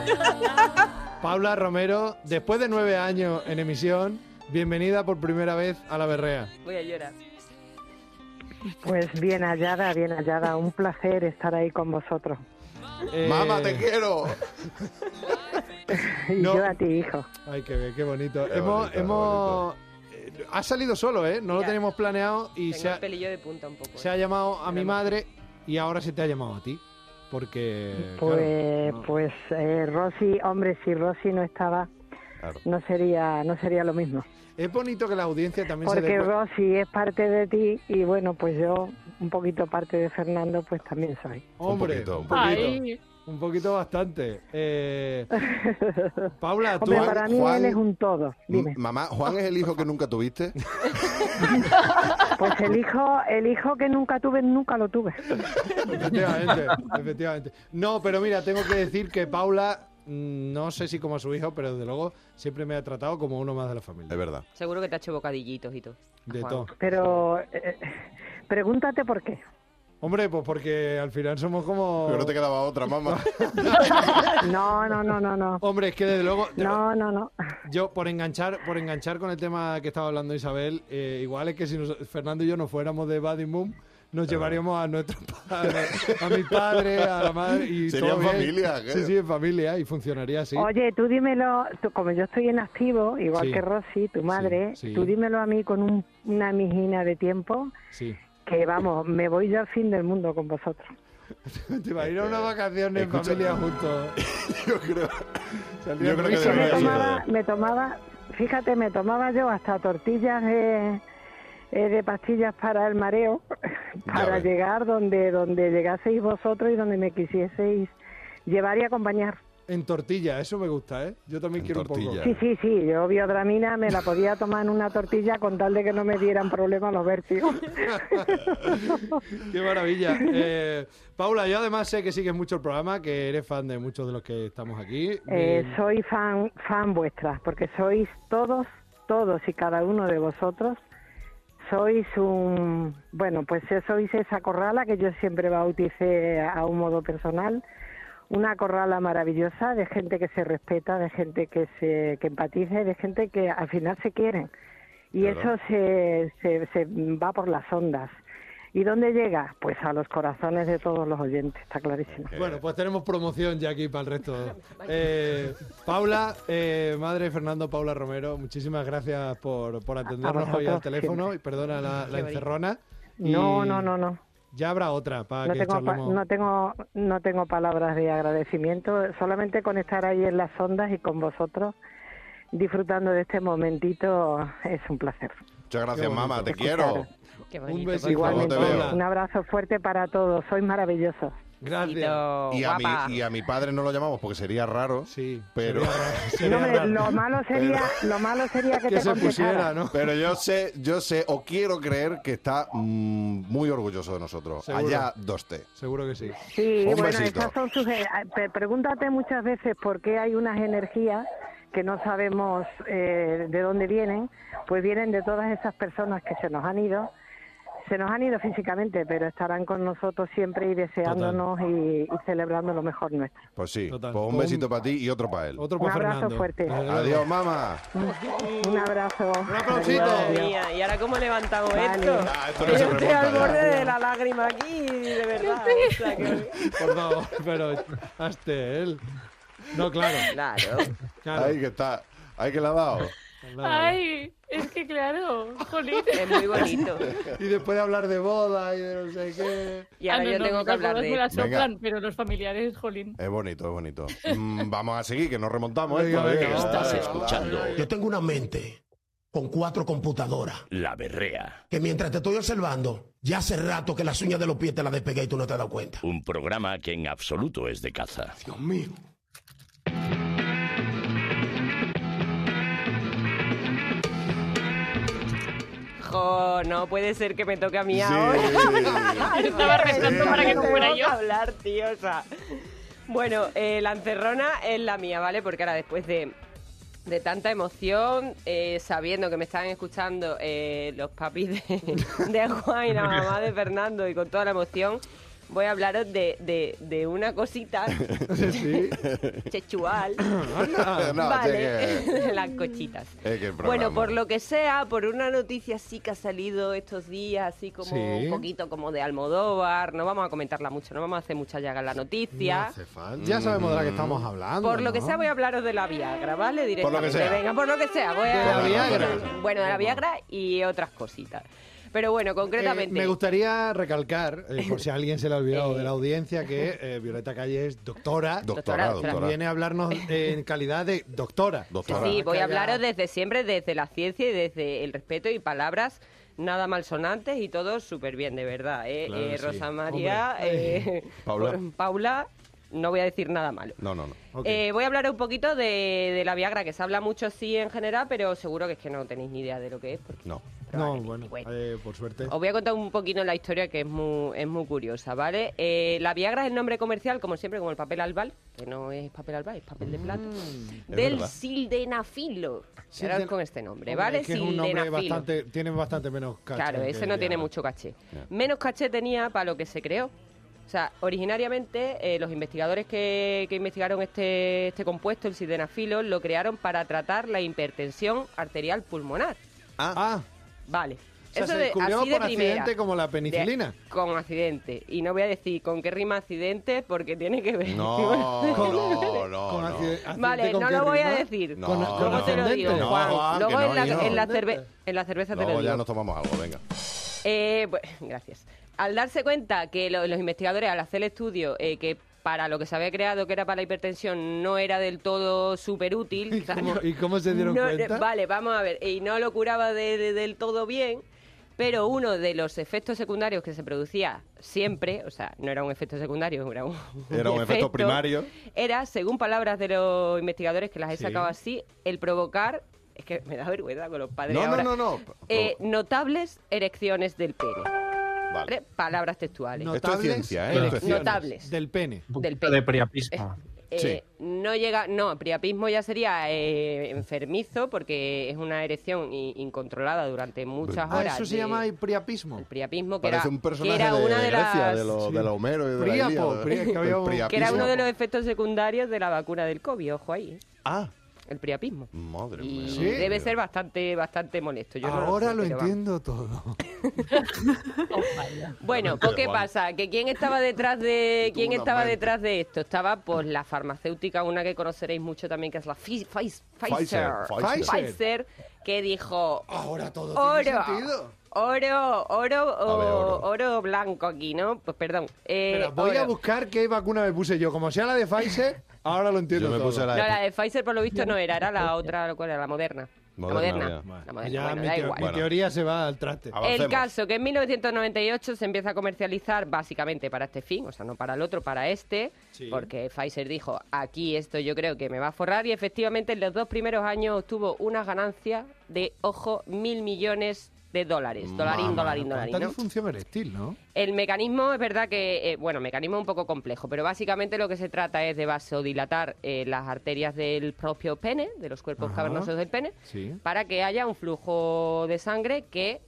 B: Paula Romero, después de nueve años en emisión, bienvenida por primera vez a La Berrea.
D: Voy a llorar.
L: Pues bien hallada, bien hallada. Un placer estar ahí con vosotros.
B: Eh,
C: ¡Mamá, te quiero!
L: Y
B: No.
L: yo a ti, hijo.
B: Ay, qué, bien, qué bonito.
C: Qué
B: hemos.
C: bonito, qué
B: hemos eh, ha salido solo, ¿eh? No lo
D: Ya.
B: teníamos planeado y
D: Tengo
B: se ha,
D: el pelillo de punta un poco.
B: se
D: eh.
B: ha llamado a mi
D: Tenemos-
B: madre y ahora se te ha llamado a ti. Porque. claro,
L: Pues,
B: no.
L: pues eh, Rosy, hombre, si Rosy no estaba,
C: Claro.
L: no sería, no sería lo mismo.
B: Es bonito que la audiencia también se dé
L: pues, Porque
B: cu-
L: Rosy es parte de ti y bueno, pues yo un poquito parte de Fernando, pues también soy.
B: Hombre,
C: Un poquito, un
F: Ay,
B: Un poquito bastante. Eh,
L: *laughs*
B: Paula, tú. ¿eh? ¿Mm?
L: Hombre, para mí
C: Juan-
L: él es un todo. Dime.
C: M- Mamá, ¿Juan es el hijo que nunca tuviste?
L: Pues el hijo, el hijo que nunca tuve, nunca lo tuve.
B: Efectivamente, efectivamente. No, pero mira, tengo que decir que Paula, mm, no sé si como a su hijo, pero desde luego siempre me ha tratado como uno más de la
C: Es
B: familia.
C: verdad.
D: Seguro que te ha hecho bocadillitos y todo.
B: De
D: Juan.
B: todo.
L: Pero eh, pregúntate por qué.
B: Hombre, pues porque al final somos como.
C: Pero no te quedaba otra, mamá.
B: *laughs*
L: No, no, no, no, no.
B: Hombre, es que desde luego.
L: No, no, no.
B: Yo, por enganchar, por enganchar con el tema que estaba hablando Isabel, eh, igual es que si nos- Fernando y yo no fuéramos de Buddy Moon, nos llevaríamos a nuestros *laughs* padres, a mis padres, a la madre. Y
C: Serían
B: todo bien.
C: familia, claro.
B: Sí, sí, en familia y funcionaría así.
F: Oye, tú dímelo, tú- como yo estoy en activo, igual
B: Sí.
F: que Rosy, tu madre,
B: sí.
F: tú dímelo a mí con un- una mijina de tiempo,
C: *laughs*
B: Sí.
F: que vamos, me voy yo al fin del mundo con vosotros.
B: Te vas a ir a unas vacaciones en
C: Eh, Escucha-
B: familia juntos.
C: Yo creo,
B: Saldría
C: yo creo que
B: muy
F: me
C: debería ser.
F: tomaba, me tomaba, fíjate, me tomaba yo hasta tortillas eh, eh, de pastillas para el mareo, *laughs* para
C: ves.
F: llegar donde, donde llegaseis vosotros y donde me quisieseis llevar y acompañar.
B: En tortilla, eso me gusta, ¿eh? Yo también quiero un
C: tortilla.
B: poco.
F: Sí, sí, sí, yo biodramina me la podía tomar en una tortilla con tal de que no me dieran problemas los vértigos.
B: *laughs* Qué maravilla. Eh, Paula, yo además sé que sigues mucho el programa, que eres fan de muchos de los que estamos aquí.
F: Eh,
B: De-
F: soy fan, fan vuestra, porque sois todos, todos y cada uno de vosotros, sois un, bueno, pues sois esa corrala que yo siempre bauticé a un modo personal, una corrala maravillosa de gente que se respeta, de gente que se que empatice, de gente que al final se quieren. Y
C: Claro.
F: eso se, se, se va por las ondas. ¿Y dónde llega? Pues a los corazones de todos los oyentes, está clarísimo.
C: Eh,
B: Bueno, pues tenemos promoción ya aquí para el
C: *laughs*
B: resto. Eh, Paula, eh, madre de Fernando, Paula Romero, muchísimas gracias por, por atendernos hoy al
F: Ah, vosotros
B: teléfono
F: siempre.
B: y perdona la, la
D: bonito.
B: encerrona. Y
F: No, no, no, no.
B: Ya habrá otra para
F: No
B: Ah, que
F: tengo, pa-
B: charlemos.
F: no, tengo, no tengo palabras de agradecimiento, solamente con estar ahí en las ondas y con vosotros disfrutando de este momentito es un placer.
C: Muchas
B: Qué
C: gracias,
B: bonito.
C: mamá, te
F: Escucharos.
C: quiero.
D: Qué
B: Un
D: bonito.
B: besito.
D: por favor.
C: Igualmente. te
F: Igualmente,
C: veo.
F: un abrazo fuerte para todos, sois maravillosos.
B: Gracias.
D: Besito,
C: Y a,
D: guapa.
C: mi, y a mi padre no lo llamamos porque sería raro,
B: Sí,
C: pero...
B: sería raro, sería
C: *laughs*
F: No, hombre,
B: raro.
F: lo malo sería, lo malo sería que,
B: que
F: te
B: se
F: contestara.
B: pusiera, ¿no?
C: Pero yo sé, yo sé, o quiero creer que está mm, muy orgulloso de nosotros.
B: Seguro.
C: Allá, doste.
B: Seguro que sí.
F: Sí,
C: Un
F: bueno,
C: besito.
F: esas son sus. eh, pe- Pregúntate muchas veces por qué hay unas energías que no sabemos eh, de dónde vienen, pues vienen de todas esas personas que se nos han ido. Se nos han ido físicamente, pero estarán con nosotros siempre y deseándonos y, y celebrando lo mejor nuestro.
C: Pues sí,
B: Total.
C: pues un
B: Pues un-
C: besito para ti y otro para él.
B: Otro
F: Un
B: para
F: abrazo
B: Fernando.
F: fuerte.
B: Desde luego.
C: Adiós, mamá.
F: Un abrazo.
B: Un aplausito.
D: Madre mía, ¿y ahora cómo levantamos
F: Vale.
D: esto?
C: Ah, esto no
D: Que
C: se
D: yo estoy
C: pregunta,
D: al
C: ya.
D: borde de la lágrima aquí, de verdad. o sea que-
B: Por favor, pero hasta él. No, claro.
D: Claro.
B: claro,
C: Ahí que está, ahí que la ha dado.
B: claro.
M: Ay, es que claro, jolín.
D: Es muy bonito.
B: Y después de hablar de boda y de no sé qué.
D: Y ahora
M: Ah, no,
D: yo
M: no,
D: tengo que
M: las
D: hablar
M: bodas
D: de
M: me las
C: esto. Venga.
M: soplan, pero los familiares, jolín.
C: Es bonito, es bonito. Mm, vamos a seguir, que nos remontamos.
B: Venga,
C: esto,
B: venga,
C: eh.
A: Estás
B: Ay,
A: escuchando
K: Yo tengo una mente con cuatro computadoras
A: La Berrea,
K: que mientras te estoy observando, ya hace rato que las uñas de los pies te las despegué y tú no te has dado cuenta.
A: un programa que en absoluto es de caza.
K: Dios mío.
D: Jo, no puede ser que me toque a mí
C: Sí.
D: ahora.
M: Estaba rezando
D: Sí.
M: para que
D: No
M: fuera
D: tengo
M: yo.
D: hablar, tío, o sea. Bueno, eh, la encerrona es la mía, ¿vale? Porque ahora después de, de tanta emoción, eh, sabiendo que me estaban escuchando eh, los papis de, de Juan y la mamá de Fernando y con toda la emoción, voy a hablaros de, de- de una cosita
B: *laughs* Sí.
D: chechual.
C: No, sí
D: *laughs* vale,
C: que-
D: de las cochitas.
C: es que el programa-
D: Bueno, por lo que sea, por una noticia sí que ha salido estos días, así como
B: Sí.
D: un poquito como de Almodóvar, no vamos a comentarla mucho, no vamos a hacer mucha llaga en la noticia.
B: Ya sabemos de la que estamos hablando.
D: Por lo que
B: ¿no? Eh,
D: sea, voy a hablaros de la Viagra, ¿vale? Directamente.
C: sea.
D: Venga, por lo que sea. Voy a...
B: De la Viagra.
D: Bueno, de la Viagra y otras cositas. Pero bueno,
B: Eh,
D: concretamente.
B: me gustaría recalcar, eh, por si a alguien se le ha olvidado
D: *laughs* Eh.
B: de la audiencia, que eh, Violeta Calle es doctora.
C: Doctorado,
D: Doctorado,
C: doctorado.
B: Viene a hablarnos eh, en calidad de doctora.
C: Doctora.
D: Sí, voy
B: Que
D: a
B: haya-
D: hablaros desde siempre, desde la ciencia y desde el respeto y palabras nada malsonantes y todo súper bien, de verdad. ¿eh?
B: Claro
D: Eh,
B: que sí.
D: Rosa María,
B: Hombre.
D: eh,
C: Paula.
D: por- *laughs* Paula, no voy a decir nada malo.
B: *laughs*
C: No, no, no.
B: Ok.
D: Eh, voy a hablar un poquito de, de la Viagra, que se habla mucho sí en general, pero seguro que es que no tenéis ni idea de lo que es. Porque
C: No.
B: No,
D: probablemente,
B: bueno, eh, por suerte.
D: os voy a contar un poquito la historia que es muy, es muy curiosa, ¿vale? Eh, la Viagra es el nombre comercial, como siempre, como el papel albal, que no es papel albal, es papel de plata, del
C: verdad.
D: sildenafilo.
B: Mm, Sí,
D: Ahora
B: de-
D: con este nombre,
B: Hombre,
D: ¿vale?
B: es que es un nombre
D: Sildenafilo.
B: bastante, tiene bastante menos caché.
D: Claro,
B: que
D: ese no tiene
B: Viagra.
D: mucho caché. Menos caché tenía para lo que se creó. O sea, originariamente eh, los investigadores que, que investigaron este, este compuesto, el sildenafilo, lo crearon para tratar la hipertensión arterial pulmonar.
B: Ah,
D: Vale.
B: o sea,
D: Eso
B: se
D: de-
B: descubrió
D: así de
B: por
D: primera.
B: accidente como la penicilina.
D: De- con accidente. Y no voy a decir con qué rima accidente porque tiene que ver.
C: no, no.
B: Con
C: Oh, no.
B: accidente- accidente
D: Vale,
B: con
D: no
B: qué
D: lo voy a
B: rima.
D: decir.
C: No,
D: Luego te lo
C: no,
D: digo,
C: no,
D: Juan.
C: Juan,
D: Luego
C: que
D: en, la,
C: no,
D: en, la
C: no.
D: cerve- en la cerveza te lo
C: Luego
D: digo.
C: ya nos tomamos algo, venga.
D: Eh, bu- gracias. Al darse cuenta que lo- los investigadores, al hacer el estudio, eh, que para lo que se había creado, que era para la hipertensión, no era del todo súper
B: *laughs*
D: útil.
B: ¿Y
C: *laughs*
D: *laughs*
B: cómo, y cómo se dieron
D: No,
B: cuenta?
D: eh, Vale, vamos a ver. Y no lo curaba de- de- del todo bien, pero uno de los efectos secundarios que se producía siempre, o sea, no era un efecto secundario, era un,
C: Era un efecto primario.
D: Era, según palabras de los investigadores que las he
C: Sí.
D: sacado así, el provocar. Es que me da vergüenza con los padres.
C: No, no,
D: ahora.
C: no, no.
D: Eh, notables erecciones del pene.
C: Vale.
D: Palabras textuales.
C: Esto es ciencia, ¿eh? Esto es ciencia.
D: Notables.
B: Del pene.
D: Del
G: De priapismo.
D: Eh,
G: Sí.
D: No llega, no, priapismo ya sería eh, enfermizo porque es una erección i- incontrolada durante muchas
B: Ah,
D: horas.
B: eso se
D: de-
B: llama priapismo.
D: priapismo que
C: Parece
D: era,
C: un
D: que
C: personaje
D: era
C: de,
D: una de
C: Grecia,
D: las-
C: de, lo, de la Homero y de la
B: Priapo,
C: Ilíada. ¿eh?
B: Priapo, que había
C: El
B: un-
D: que era
C: priapismo.
D: uno de los efectos secundarios de la vacuna del COVID, ojo ahí. ¿eh?
C: Ah.
D: El priapismo.
C: Madre
D: Y
C: mía.
D: debe ser bastante, bastante molesto. Yo no
B: Ahora
D: sé,
B: lo
D: pero va. Eh,
B: entiendo
D: *laughs*
B: todo.
D: Bueno, pues qué
B: Vale.
D: pasa, que quién estaba
B: *laughs*
D: detrás de quién
B: una
D: estaba
B: mente.
D: detrás de esto, estaba pues la farmacéutica, una que conoceréis mucho también que es la Fi- Fais- Pfizer,
B: Pfizer.
D: Pfizer, que dijo
B: Ahora todo
D: oro,
B: tiene sentido.
D: oro, oro,
B: A ver,
D: o- oro blanco aquí, ¿no? Pues perdón. eh,
B: Espera, voy a
D: oro.
B: buscar qué vacuna me puse yo. Como sea la de Pfizer, ahora lo entiendo
C: Yo me
B: todo.
C: puse
D: No, la de Pfizer por lo visto no era,
B: *laughs*
D: era la otra, ¿cuál era? La moderna.
B: Moderna,
D: la
B: ya.
D: moderna. La moderna.
B: Ya
D: Bueno, Ah,
B: mi,
D: da
B: teo-
D: igual.
B: mi teoría se va al traste.
D: El caso que en 1998 se empieza a comercializar básicamente para este fin, o sea, no para el otro, para este,
B: Sí.
D: porque Pfizer dijo, aquí esto yo creo que me va a forrar y efectivamente en los dos primeros años obtuvo una ganancia de, ojo, mil millones de dólares. Dolarín,
B: Mamá,
D: dolarín, dolarín.
B: ¿cuánta
D: ¿no?
B: disfunción eréctil, no?
D: El mecanismo es verdad que, eh, bueno, mecanismo un poco complejo, pero básicamente lo que se trata es de vasodilatar eh, las arterias del propio pene, de los cuerpos
B: Ajá.
D: cavernosos del pene,
B: Sí.
D: para que haya un flujo de sangre que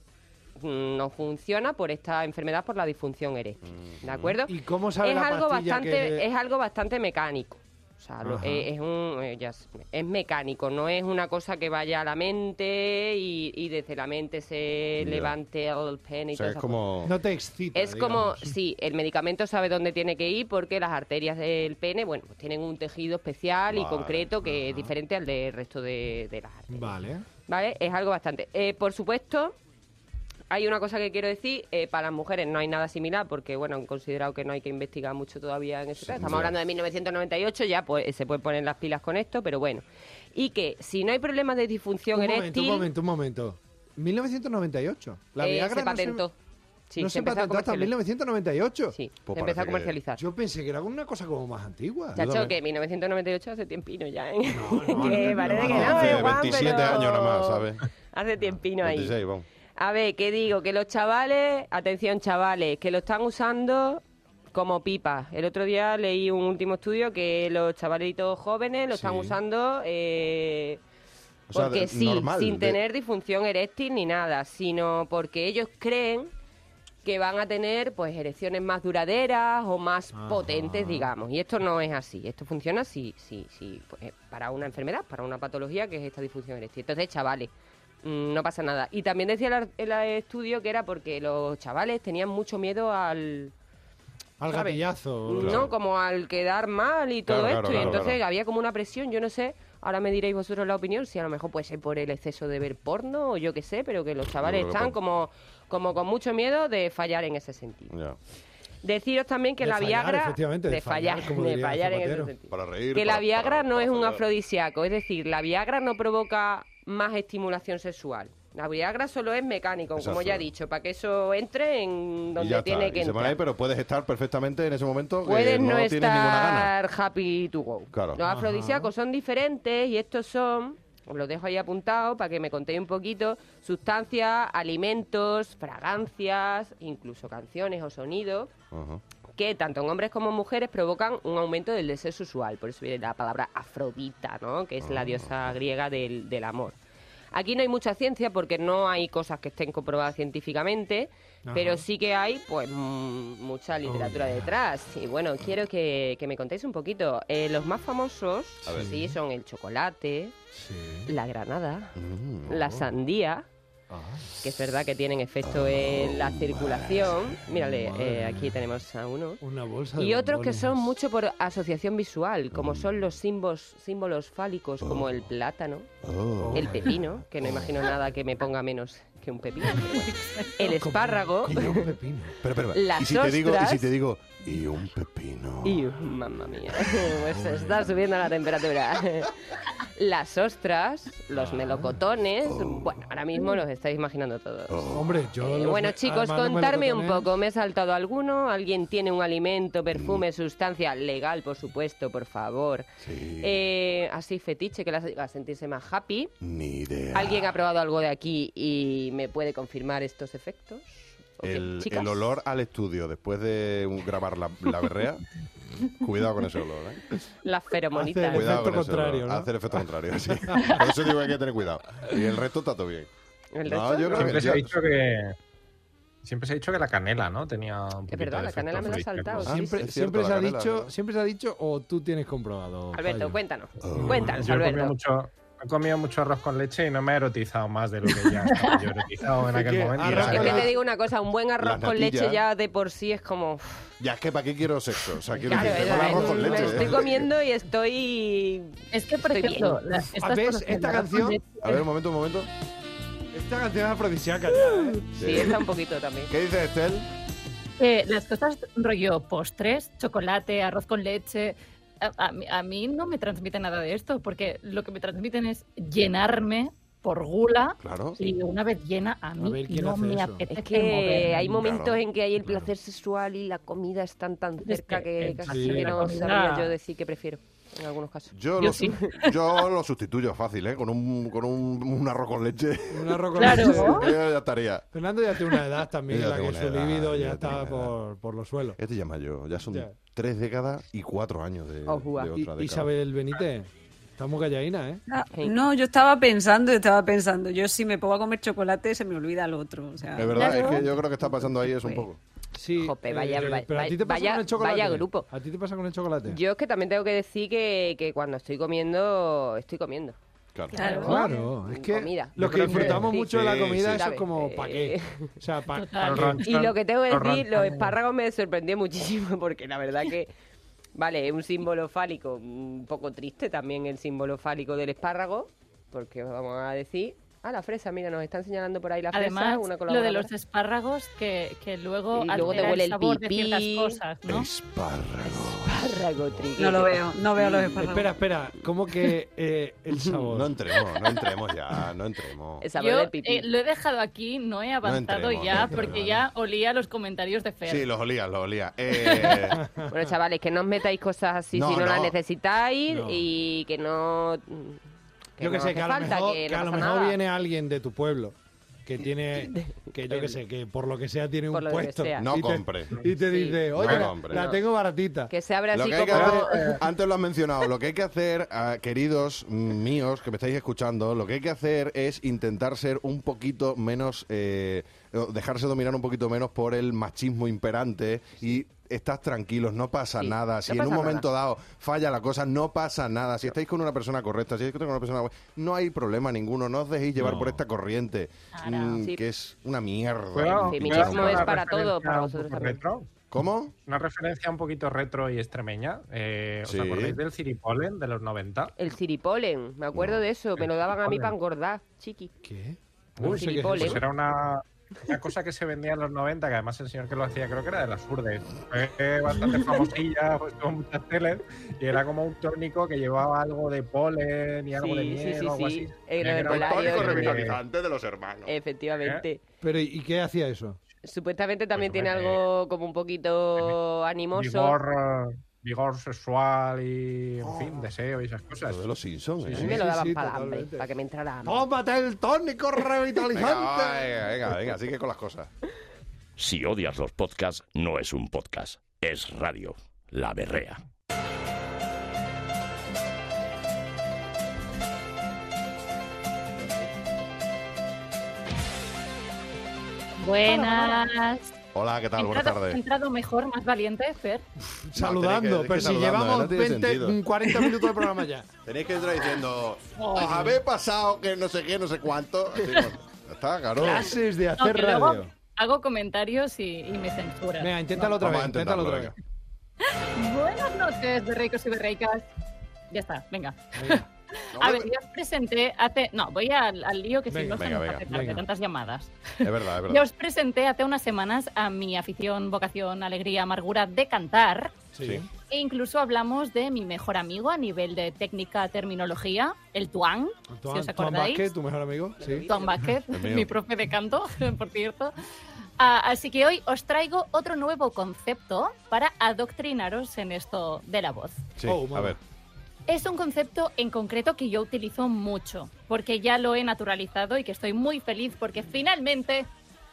D: mm, no funciona por esta enfermedad, por la disfunción eréctil. ¿De acuerdo?
B: ¿Y cómo sabe
D: es
B: la
D: algo
B: pastilla
D: bastante,
B: que-
D: Es algo bastante mecánico. O sea, lo-
B: Ajá.
D: eh, es, un, eh, ya es- es mecánico, no es una cosa que vaya a la mente y, y desde la mente se
C: Ya.
D: levante el pene y
C: O sea,
D: todo
C: es como...
B: No te excita.
D: Oh. es como, sí, el medicamento sabe dónde tiene que ir porque las arterias del pene, bueno, pues tienen un tejido especial y
B: Vale,
D: concreto que es diferente al del resto de, de las arterias.
B: digamos. Vale.
D: ¿Vale? Es algo bastante. Eh, por supuesto, hay una cosa que quiero decir, eh, para las mujeres no hay nada similar porque, bueno, han considerado que no hay que investigar mucho todavía en ese tema. Estamos
F: ya.
D: hablando de 1998, ya pues, se pueden poner las pilas con esto, pero bueno. Y que si no hay problemas de disfunción
B: Un momento,
D: eréctil,
B: un momento, un momento. 1998. La
D: eh,
B: Viagra
D: se patentó.
B: No se, no se
D: empezó a
B: patentó hasta
D: comercializar.
B: 1998.
D: Sí, se empezó a comercializar.
B: Yo pensé que era una cosa como más antigua.
D: Chacho, que 1998 hace tiempino ya, ¿eh? *laughs* que
B: eh. no,
D: parece
B: no,
D: que
B: no,
D: no,
B: hace
D: eh, Juan,
C: 27
D: pero
C: años nada más, ¿sabes?
D: Hace tiempino ahí.
C: 26, vamos.
D: A ver, ¿qué digo? Que los chavales, atención chavales, que lo están usando como pipa. El otro día leí un último estudio que los chavalitos jóvenes lo están
C: Sí.
D: usando... eh,
C: O sea,
D: porque
C: de-
D: sí,
C: normal,
D: sin
C: de-
D: tener disfunción eréctil ni nada, sino porque ellos creen que van a tener pues erecciones más duraderas o más potentes, digamos. Y esto no es así. Esto funciona si, si, si, pues, eh, para una enfermedad, para una patología que es esta disfunción eréctil. Entonces, chavales, mm, no pasa nada. Y también decía el, ar- el estudio que era porque los chavales tenían mucho miedo al...
B: Al
D: ¿sabes?
B: gatillazo.
D: No, como al quedar mal y todo
B: Claro,
D: esto.
B: claro,
D: y
B: claro,
D: entonces
B: claro.
D: había como una presión, yo no sé. Ahora me diréis vosotros la opinión, si a lo mejor puede ser por el exceso de ver porno o yo qué sé, pero que los chavales
F: creo que
D: están
F: por-
D: como, como con mucho miedo de fallar en ese sentido. Deciros también que
B: De
D: la
B: fallar,
D: Viagra...
B: efectivamente, de fallar, como
D: de
B: diría
D: fallar en ese
B: Zapatero.
D: sentido
C: Para reír.
D: que la
C: para-
D: Viagra no es un afrodisíaco, es decir, la Viagra no provoca más estimulación sexual. La Viagra solo es mecánico, como
C: Exacto.
D: ya he dicho, para que eso entre en
C: y
D: donde
C: ya
D: tiene
C: está,
D: que
C: y se pone ahí,
D: entrar.
C: pero puedes estar perfectamente en ese momento que
D: Puedes no,
C: no, tienes ninguna gana.
D: estar happy to go.
C: Claro.
D: Los
C: Ajá.
D: afrodisíacos son diferentes y estos son, os los dejo ahí apuntado para que me contéis un poquito, sustancias, alimentos, fragancias, incluso canciones o sonidos que tanto en hombres como en mujeres provocan un aumento del deseo sexual. Por eso viene la palabra Afrodita, ¿no? que es
F: Ah.
D: la diosa griega del, del amor. Aquí no hay mucha ciencia porque no hay cosas que estén comprobadas científicamente,
F: Ajá. Oh,
D: pero sí que hay pues mm, mucha literatura detrás. Y bueno, quiero que, que me contéis un poquito. Eh, los más famosos
F: A ver. Mm, oh.
D: sí, son el chocolate, la granada, la sandía, que es verdad que tienen efecto en la circulación. Mírale, eh, aquí tenemos a uno.
B: Una bolsa de
D: Y otros que
B: bombones.
D: son mucho por asociación visual, como son los símbolos, símbolos fálicos, como el plátano,
N: Oh.
D: el pepino, que no imagino nada que me ponga menos que
C: *laughs*
D: un pepino, el espárrago,
C: Pero, pero,
D: *laughs* Las
C: y si te digo, y si
D: ostras.
C: te digo, y un pepino.
D: Y mamma mía, *laughs* pues está subiendo
C: *laughs*
D: la temperatura. Las ostras, los melocotones,
C: Oh.
D: bueno, ahora mismo los estáis imaginando todos.
B: Hombre, yo.
D: Eh,
B: los
D: bueno
B: me-
D: chicos,
B: además, los
D: contarme un
B: melocotones-
D: poco, ¿me he saltado alguno? ¿Alguien tiene un alimento, perfume, sustancia legal, por supuesto, por favor? Eh, así fetiche que la hace- a sentirse más happy.
C: Ni idea.
D: ¿Alguien ha probado algo de aquí y me puede confirmar estos efectos?
C: El,
D: chicas.
C: el olor al estudio después de un- grabar la, la berrea. Cuidado con ese olor, ¿eh?
D: Las feromonitas.
C: Cuidado
B: efecto
C: con ese olor.
B: contrario, ¿no?
C: Hace el efecto contrario,
B: *laughs*
C: sí. Por eso digo que hay que tener cuidado. Y el resto está todo bien.
D: ¿El
C: No,
D: resto?
C: yo creo que-
G: Siempre se ha
C: yo-
G: dicho que. Siempre se ha dicho que la canela, ¿no? Tenía un poquito
D: verdad,
G: de
D: la canela
G: efecto
D: me la he
C: Ah,
D: saltado,
G: afrodisíaco.
D: sí,
B: Siempre,
G: Es
B: siempre
G: cierto,
B: se ha
G: la canela,
B: dicho,
G: ¿no?
B: siempre se ha dicho o tú tienes comprobado.
D: Alberto,
B: Fallo.
D: cuéntanos.
C: Oh.
D: Cuéntanos,
G: Yo he comido,
D: Alberto.
G: mucho, he comido mucho arroz con leche y no me he erotizado más de lo que ya estaba yo erotizado en
C: Es
G: aquel
C: que
G: momento.
C: arroz
G: O sea,
D: Es
C: con
D: que
C: la-
D: te digo una cosa, un buen arroz
C: las
D: con leche
C: natillas.
D: ya de por sí es como... uf,
C: Ya es que para qué quiero sexo. O sea, quiero
D: Claro,
C: decir,
D: es-
C: tengo el arroz
D: me
C: con leche.
D: estoy
C: ¿eh?
D: comiendo y estoy...
F: Es que, por
D: Estoy
F: ejemplo,
D: bien.
F: la-
B: A
F: estas
B: ver,
F: cosas del
B: Ah, esta
F: arroz con
B: canción,
F: leche-
C: A ver, un momento, un momento.
B: esta canción es afrodisíaca ya, ¿eh?
D: Sí, está un poquito también.
C: ¿Qué dice Estel?
F: eh, las cosas rollo postres, chocolate, arroz con leche. A, a mí- a mí no me transmite nada de esto, porque lo que me transmiten es llenarme por gula.
C: Claro.
F: Y una vez llena, a mí
B: ver, ¿quién
F: no
B: hace
F: me
B: eso?
F: apetece
D: Es que
F: moverme.
D: hay momentos
C: Claro,
D: en que hay el placer sexual y la comida están tan cerca que
F: el
D: casi
F: placer
D: que
F: de la
D: no
F: comida.
D: sabría yo decir que prefiero en algunos casos.
C: Yo,
F: Yo
C: lo,
F: sí.
C: *laughs* yo lo sustituyo fácil, ¿eh? Con un, con un, un arroz con leche.
B: Un arroz con
F: Claro.
B: leche.
C: Yo *laughs* ya estaría.
B: Fernando ya tiene una edad también,
C: Yo
B: en
C: ya
B: la que
C: tengo
B: su
C: una edad,
B: libido
C: yo
B: ya
C: ya
B: está
C: tengo una edad.
B: por, por los suelos.
C: Este ya es mayor, ya son
B: Ya.
C: tres décadas y cuatro años de,
D: Oh, guau.
C: de
B: Y-
C: otra década.
B: Isabel Benítez, está muy callaína, ¿eh?
H: Ah, No, yo estaba pensando, estaba pensando. Yo si me pongo a comer chocolate se me olvida el otro. O sea,
C: Es verdad, es que yo creo que está pasando ahí
D: Pues,
C: eso un poco.
B: Sí. eh,
D: Jope, vaya- va-
B: pero a ti te pasa
D: vaya-
B: con el chocolate.
D: vaya grupo.
B: ¿A ti te pasa con el chocolate?
D: Yo es que también tengo que decir que, que cuando estoy comiendo, estoy comiendo.
C: Claro.
B: Claro, es que
D: Comida.
B: los que
D: Yo creo que-
B: disfrutamos
D: sí,
B: mucho
D: sí,
B: de la
D: sí,
B: comida,
D: sí.
B: eso es como,
D: Eh,
B: ¿para qué? O sea, ¿para
F: Total.
D: Y lo que tengo que
G: Arroz
D: decir, los
G: con-
D: espárragos me sorprendió muchísimo *laughs* porque la verdad que, vale, es un símbolo fálico, un poco triste también el símbolo fálico del espárrago, porque vamos a decir, ah, la fresa, mira, nos está señalando por ahí la fresa, una
F: Además, lo de los
D: colaboradora.
F: espárragos que, que luego,
D: Y luego te
F: altera
D: huele el
F: el sabor de
D: pipí.
F: ciertas cosas, ¿no?
C: Espárrago.
D: *laughs* espárrago, trigueño.
H: No lo veo, no veo los espárragos.
B: Espera, espera, ¿cómo que eh, el sabor?
C: *laughs* No entremos, no entremos ya, no entremos.
D: El sabor
F: Yo
D: del pipí.
F: eh, lo he dejado aquí, no he avanzado
C: entremos,
F: ya,
C: no entremos,
F: porque
C: ¿no?
F: ya olía los comentarios de Fer.
C: Sí, los olías, los olías. Eh,
D: Bueno, chavales, que no os metáis cosas así
C: No,
D: si no, las
C: no.
D: necesitáis
B: No.
D: y que no.
B: yo que
D: no
B: sé,
D: hace
B: que a lo
D: falta,
B: mejor,
D: que
B: que
D: no
B: a lo
D: pasa
B: mejor
D: nada.
B: viene alguien de tu pueblo
D: *laughs*
B: que tiene, que yo que sé, que por lo que sea tiene
D: Por
B: un
D: lo que
B: puesto.
D: sea.
C: No
B: y te-
C: compre.
B: Y te
D: Sí.
B: dice,
C: No
B: oye, la-
C: compre.
B: la
C: No.
B: tengo baratita.
D: Que se abra
C: Lo
D: así
C: que hay
D: como.
C: que hacer, eh, antes lo has mencionado, lo que hay que hacer, ah, queridos míos que me estáis escuchando, lo que hay que hacer es intentar ser un poquito menos, eh, o dejarse dominar un poquito menos por el machismo imperante y estás tranquilos, no pasa
D: Sí,
C: nada.
D: no
C: Si en
D: pasa
C: un
D: nada.
C: momento dado falla la cosa, no pasa nada. Si estáis con una persona correcta, si estáis con una persona buena, no hay problema ninguno, no os dejéis llevar
B: No.
C: por esta corriente,
F: Claro.
C: mm,
D: Sí.
C: que es una mierda.
G: ¿Puedo-
D: Sí,
C: Mucho
D: mi feminismo
G: puedo hacer
D: es
G: una
C: nada.
D: para todo,
G: referencia
D: para
G: un
D: vosotros
G: poco
D: también.
G: retro?
C: ¿Cómo?
G: Una referencia un poquito retro y extremeña. Eh,
C: Sí.
G: ¿Os acordáis del Ciripolen de los 90?
D: El ciripolen, me acuerdo de eso, me lo daban a mí para engordar, chiqui.
B: ¿Qué? No sé
D: Un
B: qué es
D: gilipollas.
B: eso.
G: Pues era una, una cosa que se vendía en los 90, que además el señor que lo hacía creo que era de las urdes. Fue
D: *laughs*
G: bastante famosilla, pues tuvo muchas teles, y era como un tónico que llevaba algo de polen y algo de
D: Sí, sí,
G: miel
D: sí, Eh,
G: o algo
D: sí.
G: así.
D: Era de
G: Era un
D: polen,
G: tónico
D: era de miel.
G: revitalizante.
C: de los hermanos.
D: Efectivamente.
B: Pero, ¿y qué hacía eso?
D: Supuestamente también
G: Pues,
D: tiene
G: hombre,
D: algo como un poquito animoso.
G: Vigor, eh, vigor sexual y, en fin, deseo y esas cosas.
C: Lo de los Simpsons,
D: A
C: ¿eh?
D: mí
B: sí,
D: me Oh. lo
B: sí,
D: daban
B: sí,
D: para hambre,
B: totalmente.
D: para que me entrara hambre.
B: ¡Tómate el
C: *laughs*
B: tónico
C: Venga,
B: revitalizante!
C: venga, venga, venga, sigue con las cosas.
A: Si odias los podcasts, no es un podcast, es radio. La berrea.
F: Buenas.
C: Hola, ¿qué
F: He
C: tal? Buenas
F: entrado- he
C: tardes.
F: entrado mejor, más valiente, Fer.
B: Saludando,
C: tenéis que-
B: pero
C: es que
B: si
C: saludando, ¿eh?
B: llevamos
C: no tiene
B: 20,
C: sentido.
B: 40 minutos de
C: *laughs*
B: programa ya.
C: Tenéis que entrar diciendo, os habéis pasado que no sé qué, no sé cuánto. Así, bueno. Ya Está, claro.
B: Clases de hacer
F: Aunque luego
B: radio.
F: hago comentarios y, y me censuran.
B: Venga, inténtalo otra
C: Vamos a
B: vez, inténtalo
C: intentarlo,
B: otra vez.
F: Buenas noches, berreicos y berreicas. Ya está, venga. *laughs*
C: No,
F: A
C: me-
F: ver, yo os presenté hace... No, voy al, al lío que si
C: Venga,
F: no se
C: venga,
F: nos
C: venga,
F: hace tarde,
C: venga.
F: tantas llamadas.
C: Es verdad, es verdad.
F: Yo os presenté hace unas semanas a mi afición, vocación, alegría, amargura de cantar.
C: Sí.
F: E incluso hablamos de mi mejor amigo a nivel de técnica, terminología, el Tuan,
B: ¿Tu,
F: si os
B: Juan
F: acordáis.
B: Vázquez, tu mejor amigo? Sí.
F: Tuan Vázquez,
B: El mío.
F: mi profe de canto, *laughs* por cierto. Ah, así que hoy os traigo otro nuevo concepto para adoctrinaros en esto de la voz.
C: Sí,
B: Oh,
C: a
B: mamá.
C: ver.
F: Es un concepto en concreto que yo utilizo mucho, porque ya lo he naturalizado y que estoy muy feliz porque finalmente,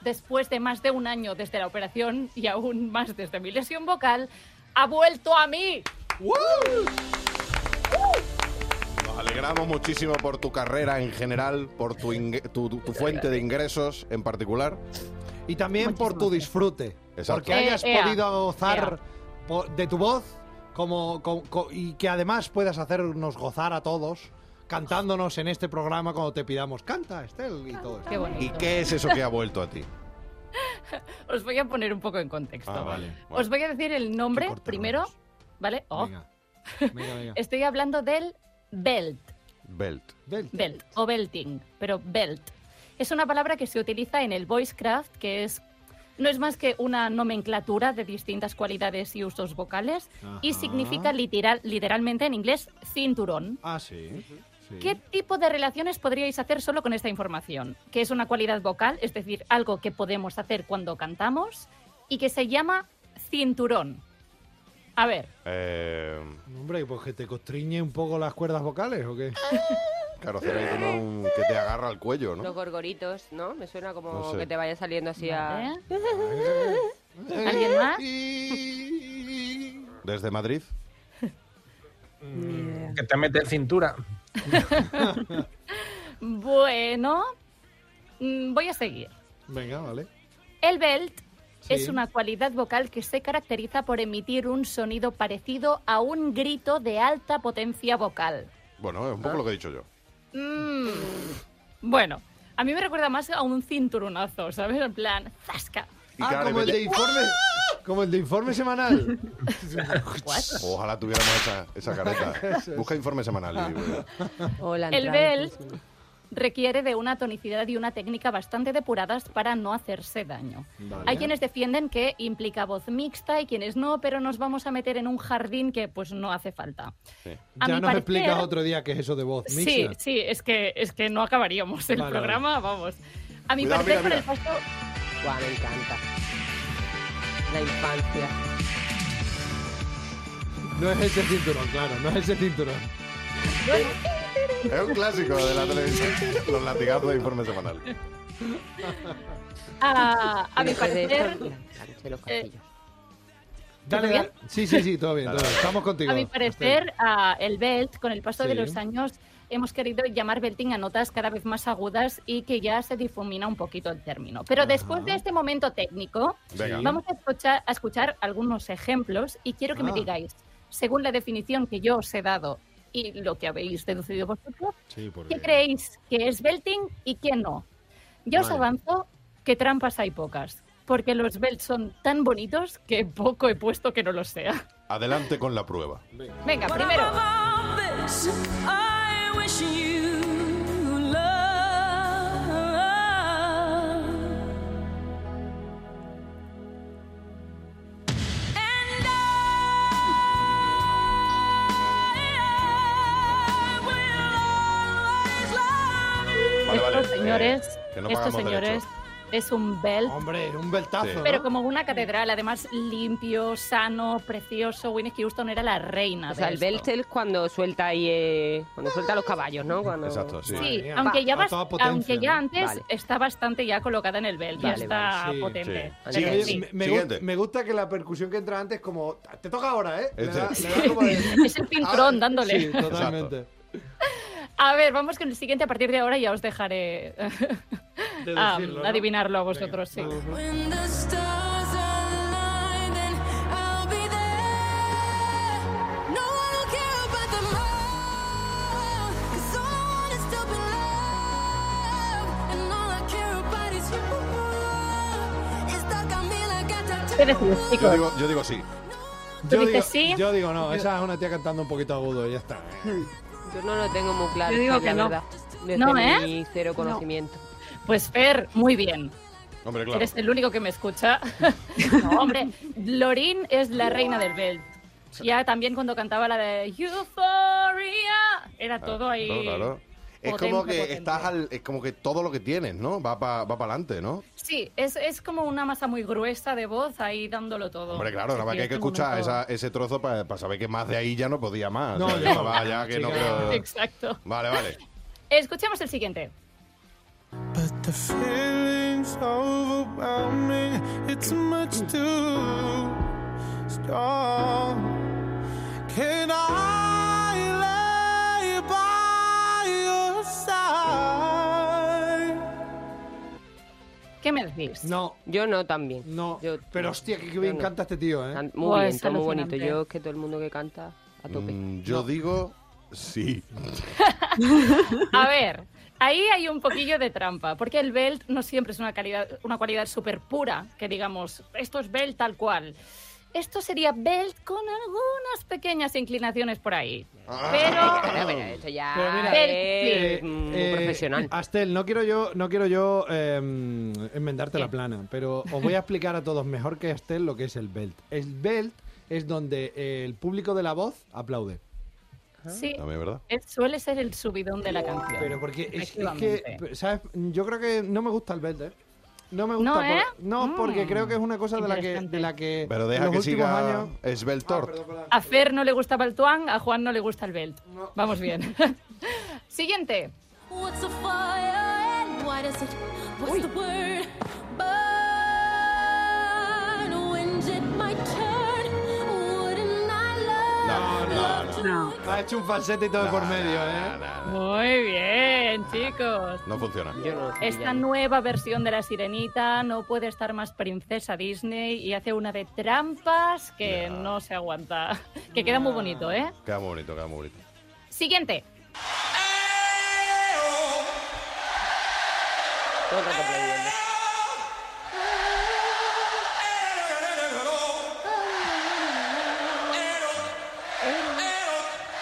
F: después de más de un año desde la operación y aún más desde mi lesión vocal, ha vuelto a mí.
C: Nos alegramos muchísimo por tu carrera en general, por tu, ingue- tu, tu- tu fuente de ingresos en particular.
B: Y también por tu disfrute.
C: Exacto.
B: Porque
F: Eh,
B: hayas
F: ea,
B: podido gozar po- de tu voz como, co- co- y que además puedas hacernos gozar a todos cantándonos en este programa cuando te pidamos canta, Estel, y todo esto.
F: Qué bonito.
C: ¿Y qué es eso que ha vuelto a ti?
F: Os voy a poner un poco en contexto.
C: Ah, vale.
F: Os voy a decir el nombre primero, ¿vale? Oh,
B: Venga. Venga, venga.
F: estoy hablando del belt.
C: Belt.
B: Del-
F: Belt o belting, pero belt. Es una palabra que se utiliza en el voicecraft, que es no es más que una nomenclatura de distintas cualidades y usos vocales y
B: Ajá.
F: significa literal, literalmente en inglés cinturón.
B: Ah, sí. sí.
F: ¿Qué tipo de relaciones podríais hacer solo con esta información? Que es una cualidad vocal, es decir, algo que podemos hacer cuando cantamos y que se llama cinturón. A ver,
C: Eh,
B: Hombre, pues que te constriñe un poco las cuerdas vocales o qué.
C: claro, hacer ahí como un- que te agarra al cuello,
D: Los
C: ¿no?
D: gorgoritos, ¿no? Me suena como
C: No sé.
D: que te vaya saliendo así a...
F: ¿vale?
B: *laughs*
F: ¿alguien más?
C: Desde Madrid.
G: Que te mete en cintura.
F: Bueno, mm, voy a seguir.
B: Venga, vale.
F: El belt
B: Sí.
F: es una cualidad vocal que se caracteriza por emitir un sonido parecido a un grito de alta potencia vocal.
C: Bueno, es un
F: Ah.
C: poco lo que he dicho yo.
F: Mm, Bueno, a mí me recuerda más a un cinturonazo, ¿sabes? En plan, zasca.
C: Y
B: Ah,
C: cara de
B: como el
C: bella-
B: de informe. Como el de informe semanal.
C: Ojalá tuviéramos esa, esa
F: *laughs*
C: careta. Busca informe semanal. y-
D: Hola,
F: El belt requiere de una tonicidad y una técnica bastante depuradas para no hacerse daño. Hay quienes defienden que implica voz mixta y quienes no, pero nos vamos a meter en un jardín que pues no hace falta. A
B: ya
F: mi
B: nos
F: parecer-
B: explicas otro día qué es eso de voz.
F: *laughs* Sí,
B: mixta.
F: sí, es que, es que no acabaríamos el
B: Vale, vale.
F: programa, vamos. A mi
C: Cuidado, mira,
F: parecer, con el paso...
D: Guau, me encanta. La infancia.
B: No es ese cinturón, claro, no es ese cinturón.
C: Es un clásico de la televisión. Los latigazos de informe semanal.
F: A, a
D: Y
F: mi
D: después de esto,
F: parecer...
D: la cancha y los castillos.
B: Dale,
F: bien?
B: dale. Sí, sí, sí, todo bien, todo bien. Estamos contigo.
F: A mi parecer, a el belt, con el paso de
B: Sí.
F: los años, hemos querido llamar belting a notas cada vez más agudas y que ya se difumina un poquito el término. Pero después de este momento técnico,
C: Venga.
F: vamos a escuchar, a escuchar algunos ejemplos y quiero que me
B: Ah.
F: digáis, según la definición que yo os he dado y lo que habéis deducido vosotros,
B: Sí, porque...
F: ¿qué creéis que es belting y qué no? Ya os
B: Vale.
F: avanzo que trampas hay pocas. Porque los belts son tan bonitos que poco he puesto que no lo sea.
C: Adelante con la prueba.
F: Venga, primero.
C: Vale, vale.
F: estos
C: eh,
F: señores,
C: que no
F: estos
C: pagamos
F: señores,
C: derechos.
F: es un belt,
B: Hombre, un beltazo.
C: Sí.
B: ¿no?
F: pero como una catedral, además limpio, sano, precioso. Winnie Houston era la reina.
D: O sea,
F: de
D: el
F: esto.
D: belt es cuando suelta ahí... eh, cuando suelta los caballos, ¿no? Cuando...
C: Exacto, sí.
B: Madre
F: Sí,
B: mía.
F: aunque ya,
B: A
F: vas-
B: toda potencia,
F: aunque ya
B: ¿no?
F: antes
D: Vale.
F: está bastante ya colocada en el belt,
D: Vale,
F: ya está
B: vale, sí,
F: potente.
C: sí.
F: Pero
B: Sí, oye,
C: Siguiente.
F: sí,
B: me- me,
C: Siguiente.
B: gust- me gusta que la percusión que entra antes como... Te toca ahora, ¿eh? Le
C: Este.
B: da- le da como
F: *laughs*
B: de-
F: es el cinturón dándole.
B: Ah, Sí, totalmente.
F: A ver, vamos con el siguiente. A partir de ahora ya os dejaré ah, *laughs*
B: Deducirlo, ¿no?
F: adivinarlo a vosotros. sí.
O: And all I care
F: ¿Qué decís,
C: Yo
F: chicos?
C: digo, yo digo sí.
F: ¿Tú
B: Yo digo,
F: dices sí?
B: yo digo no,
F: Yo-
B: esa es una tía cantando un poquito agudo y ya está.
D: Yo no lo tengo muy claro.
F: Yo digo
D: la
F: que no.
D: verdad. Desde
F: No,
D: mi
F: ¿eh?
D: cero
F: No.
D: conocimiento.
F: Pues Fer, muy bien.
C: Hombre,
F: Eres el único que me
C: *laughs*
F: escucha. No, hombre, Lorin es la reina del belt. Ya también cuando cantaba la de Euphoria, era todo ahí.
C: Ah, Claro, claro. Es
F: potente,
C: como que
F: potente.
C: estás al, es como que todo lo que tienes, ¿no? Va para va adelante, ¿no?
F: Sí, es, es como una masa muy gruesa de voz ahí dándolo todo.
C: Hombre, claro, nada más
F: Sí,
C: que hay que
F: este
C: escuchar
F: momento-
C: esa- ese trozo para saber que más de ahí ya no podía más.
B: No,
C: O sea,
B: no.
C: ya estaba ya que no
B: Sí,
C: creo-
F: Exacto.
C: Vale, vale.
F: Escuchemos el siguiente.
O: The feeling's overwhelming, it's much too strong. Can I lay by your side?
F: ¿Qué me decís?
B: No.
D: Yo no también.
B: No.
D: pero
B: hostia, que bien canta este tío, ¿eh?
D: Muy
B: Buah,
D: bien,
B: es
D: todo muy bonito.
B: alucinante.
D: Yo es que todo el mundo que canta a tope.
C: Mm, Yo digo sí.
F: A ver, ahí hay un poquillo de trampa, porque el belt no siempre es una, calidad, una cualidad súper pura, que digamos, esto es belt tal cual. Esto sería belt con algunas pequeñas inclinaciones por ahí.
D: Pero, pero esto ya
F: Pero mira,
D: es
B: Eh,
D: mm, muy
B: eh,
D: profesional.
C: ah.
B: Astel, no quiero yo, no quiero yo eh, enmendarte la plana, pero os voy a explicar a todos mejor que Astel lo que es el belt. El belt es donde el público de la voz aplaude.
F: Sí,
C: También, ¿verdad?
F: es- suele ser el subidón de la canción.
B: Pero porque es- es,
D: eh.
F: Efectivamente.
B: que, ¿sabes? Yo creo que no me gusta el belt, ¿eh? No me gusta.
F: ¿No, eh?
B: por- no, porque
F: Mm,
B: creo que es una cosa de la que, de la que
C: Pero deja
B: los
C: que
B: últimos
C: siga
B: años.
C: Sveltort.
F: A Fer no le gustaba el tuang, a Juan no le gusta el belt. Vamos bien. *laughs* Siguiente.
P: What's a fire and why does it? What's the word? Burn. When's it my turn? Wouldn't I love?
B: No, no,
P: no.
B: Ha hecho un falsete y todo por medio, ¿eh?
F: Muy bien, chicos.
C: No funciona.
F: Esta nueva versión de la sirenita no puede estar más princesa Disney y hace una de trampas que no se aguanta. *laughs* Que queda muy bonito, ¿eh?
C: Queda muy bonito, queda muy bonito.
F: Siguiente.
D: Todo el rato aplaudiendo.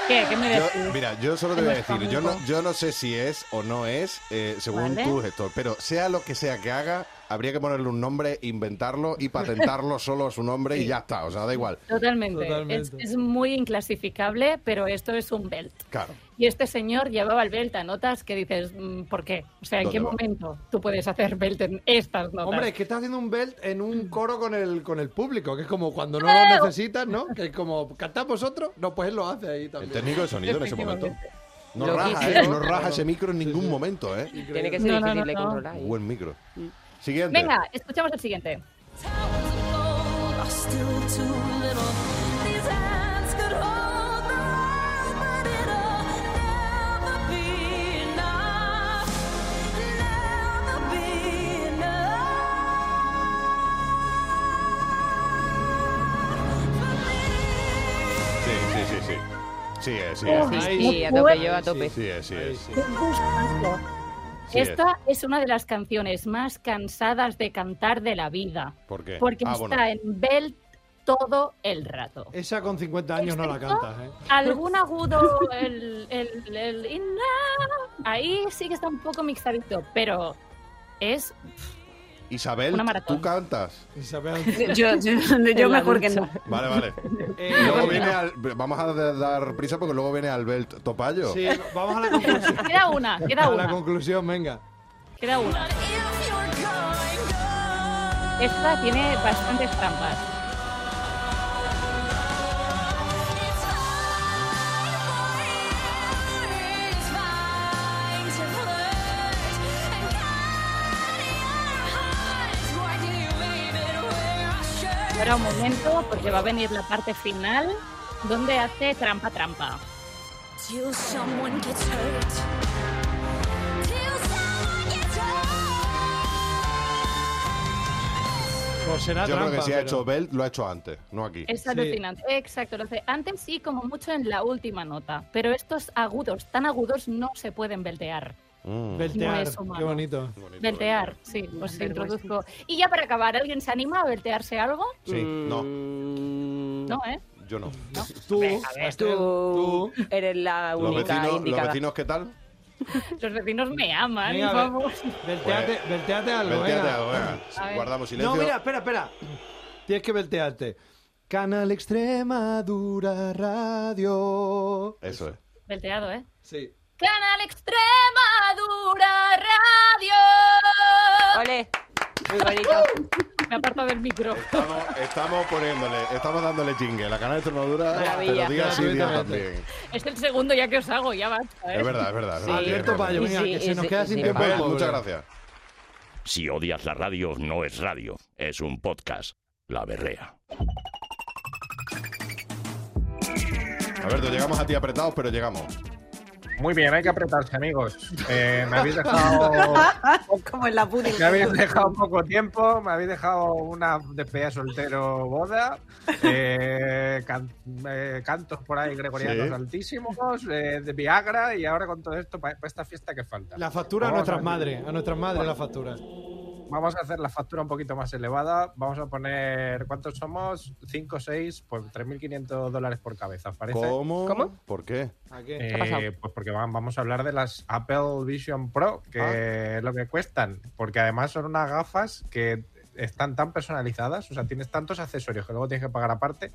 F: ¿Qué? ¿Qué me
C: Yo-
F: decís?
C: mira, yo solo te voy a decir, yo no, yo no sé si es o no es, eh, según
F: Vale.
C: tu gestor, pero sea lo que sea que haga, habría que ponerle un nombre, inventarlo y patentarlo solo a su nombre y ya está, o sea, da igual.
F: Totalmente. Es, es muy inclasificable, pero esto es un belt.
C: Claro.
F: Y este señor llevaba el belt a notas que dices, mm, ¿por qué? O sea, ¿en
B: ¿Dónde
F: qué
B: va?
F: momento tú puedes hacer belt en estas notas?
B: Hombre, es que estás haciendo un belt en un coro con el, con el público, que es como cuando no lo necesitas, ¿no? Que es como, ¿cantás vosotros? No, pues él lo hace ahí
C: El
B: también.
C: técnico de sonido en ese momento. No
B: Lo
C: raja,
B: quise.
C: ¿eh? No raja ese micro en ningún momento, ¿eh?
D: Tiene que ser
F: No, no,
D: difícil
F: no,
D: de
F: no.
D: controlar. ¿eh?
C: Buen micro. Siguiente.
F: Venga, escuchamos el siguiente.
P: Are still too little. These hands could hold the world, but it'll never be enough. Never be enough.
C: Sí, sí, sí, sí. Sí, es, sí,
F: Oh,
C: es.
F: sí, sí, a tope, yo a
C: Sí,
F: tope.
C: Sí, es, sí, es. Sí, es.
F: Esta es una de las canciones más cansadas de cantar de la vida.
C: ¿Por qué?
F: Porque
C: Ah,
F: está
C: bueno.
F: en belt todo el rato.
B: Esa con 50 años no la cantas, ¿eh?
F: Algún agudo, el, el, el in love, ahí sí que está un poco mixadito, pero es
C: Isabel,
F: Una maratón.
C: tú cantas.
B: Isabel.
H: *laughs*
B: eh,
H: Yo, yo- yo mejor que no.
C: Vale,
F: *laughs*
C: vale. luego viene al, vamos a da- dar prisa porque luego viene Albert Topayo.
B: Sí, vamos a la
F: *laughs*
B: conclusión.
F: queda una, queda
B: a la
F: una,
B: conclusión, venga.
F: queda una. Esta tiene bastantes trampas.
P: It's fine to flirt and carry our hearts. Why do you even wear our shirts?
F: Espera un momento porque va a venir la parte final donde hace trampa trampa.
P: Till someone gets hurt. Till someone gets hurt.
B: Pues será
C: Yo
B: trampa.
C: creo que si ha
B: pero-
C: hecho Belt, lo ha hecho antes, no aquí.
F: Es alucinante, exacto, lo hace antes sí como mucho en la última nota, pero estos agudos, tan agudos no se pueden beltear.
C: Mm.
B: Beltear,
F: No es humano.
B: qué bonito.
F: Beltear, sí, os introduzco. Y ya para acabar, ¿alguien se anima a beltearse algo?
C: Sí,
B: mm.
C: no.
F: No, ¿eh?
C: Yo no.
B: Tú,
D: tú eres la
C: Los
D: única
C: vecinos, los
D: indicada.
C: vecinos, ¿qué tal?
F: Los vecinos me aman,
B: Venga, ve-
F: vamos.
B: Belteate,
C: Pues,
B: belteate algo,
C: belteate
B: venga.
C: algo, venga.
F: A ver.
C: Guardamos silencio.
B: No, mira, espera, espera. Tienes que beltearte. Canal Extremadura Radio.
C: Eso es.
F: Belteado, ¿eh?
B: Sí.
F: Canal Extremadura Radio.
D: Ole. Muy bonito.
F: Pues, Me aparto del micro.
C: Estamos, estamos poniéndole, estamos dándole chingue. La canal de Extremadura, te
F: Maravilla.
C: lo diga así Dios
B: Gratuitamente.
C: también.
F: Es el segundo ya que os hago, ya basta. ¿eh?
C: Es verdad, es verdad. es
B: Sí.
C: verdad.
B: Alberto Payo,
F: Y
B: venga,
F: sí,
B: que
F: y
B: se nos
F: sí,
B: queda
F: y
B: sin
F: sí.
B: tiempo.
C: Payo,
B: pobre.
C: muchas gracias.
A: Si odias la radio, no es radio, es un podcast. La berrea.
C: Alberto, llegamos a ti apretados, pero llegamos.
G: Muy bien, hay que apretarse, amigos. Eh, me
D: *laughs*
G: habéis dejado.
H: Como en la pudding.
G: Me habéis dejado poco tiempo, me habéis dejado una despedida de soltero boda, eh, can- eh, cantos por ahí gregorianos
B: Sí.
G: altísimos, eh, de Viagra y ahora con todo esto para esta fiesta que falta.
B: La factura a
G: Vamos
B: nuestras
G: ver.
B: madres, a nuestras madres la factura.
G: Vamos a hacer la factura un poquito más elevada. Vamos a poner, ¿cuántos somos? 5, 6, pues 3.500 dólares por cabeza, ¿os parece?
C: ¿Cómo? ¿Cómo? ¿Por qué?
G: Eh, pues porque van- vamos a hablar de las Apple Vision Pro, que
C: Ah.
G: es lo que cuestan, porque además son unas gafas que están tan personalizadas, o sea, tienes tantos accesorios que luego tienes que pagar aparte,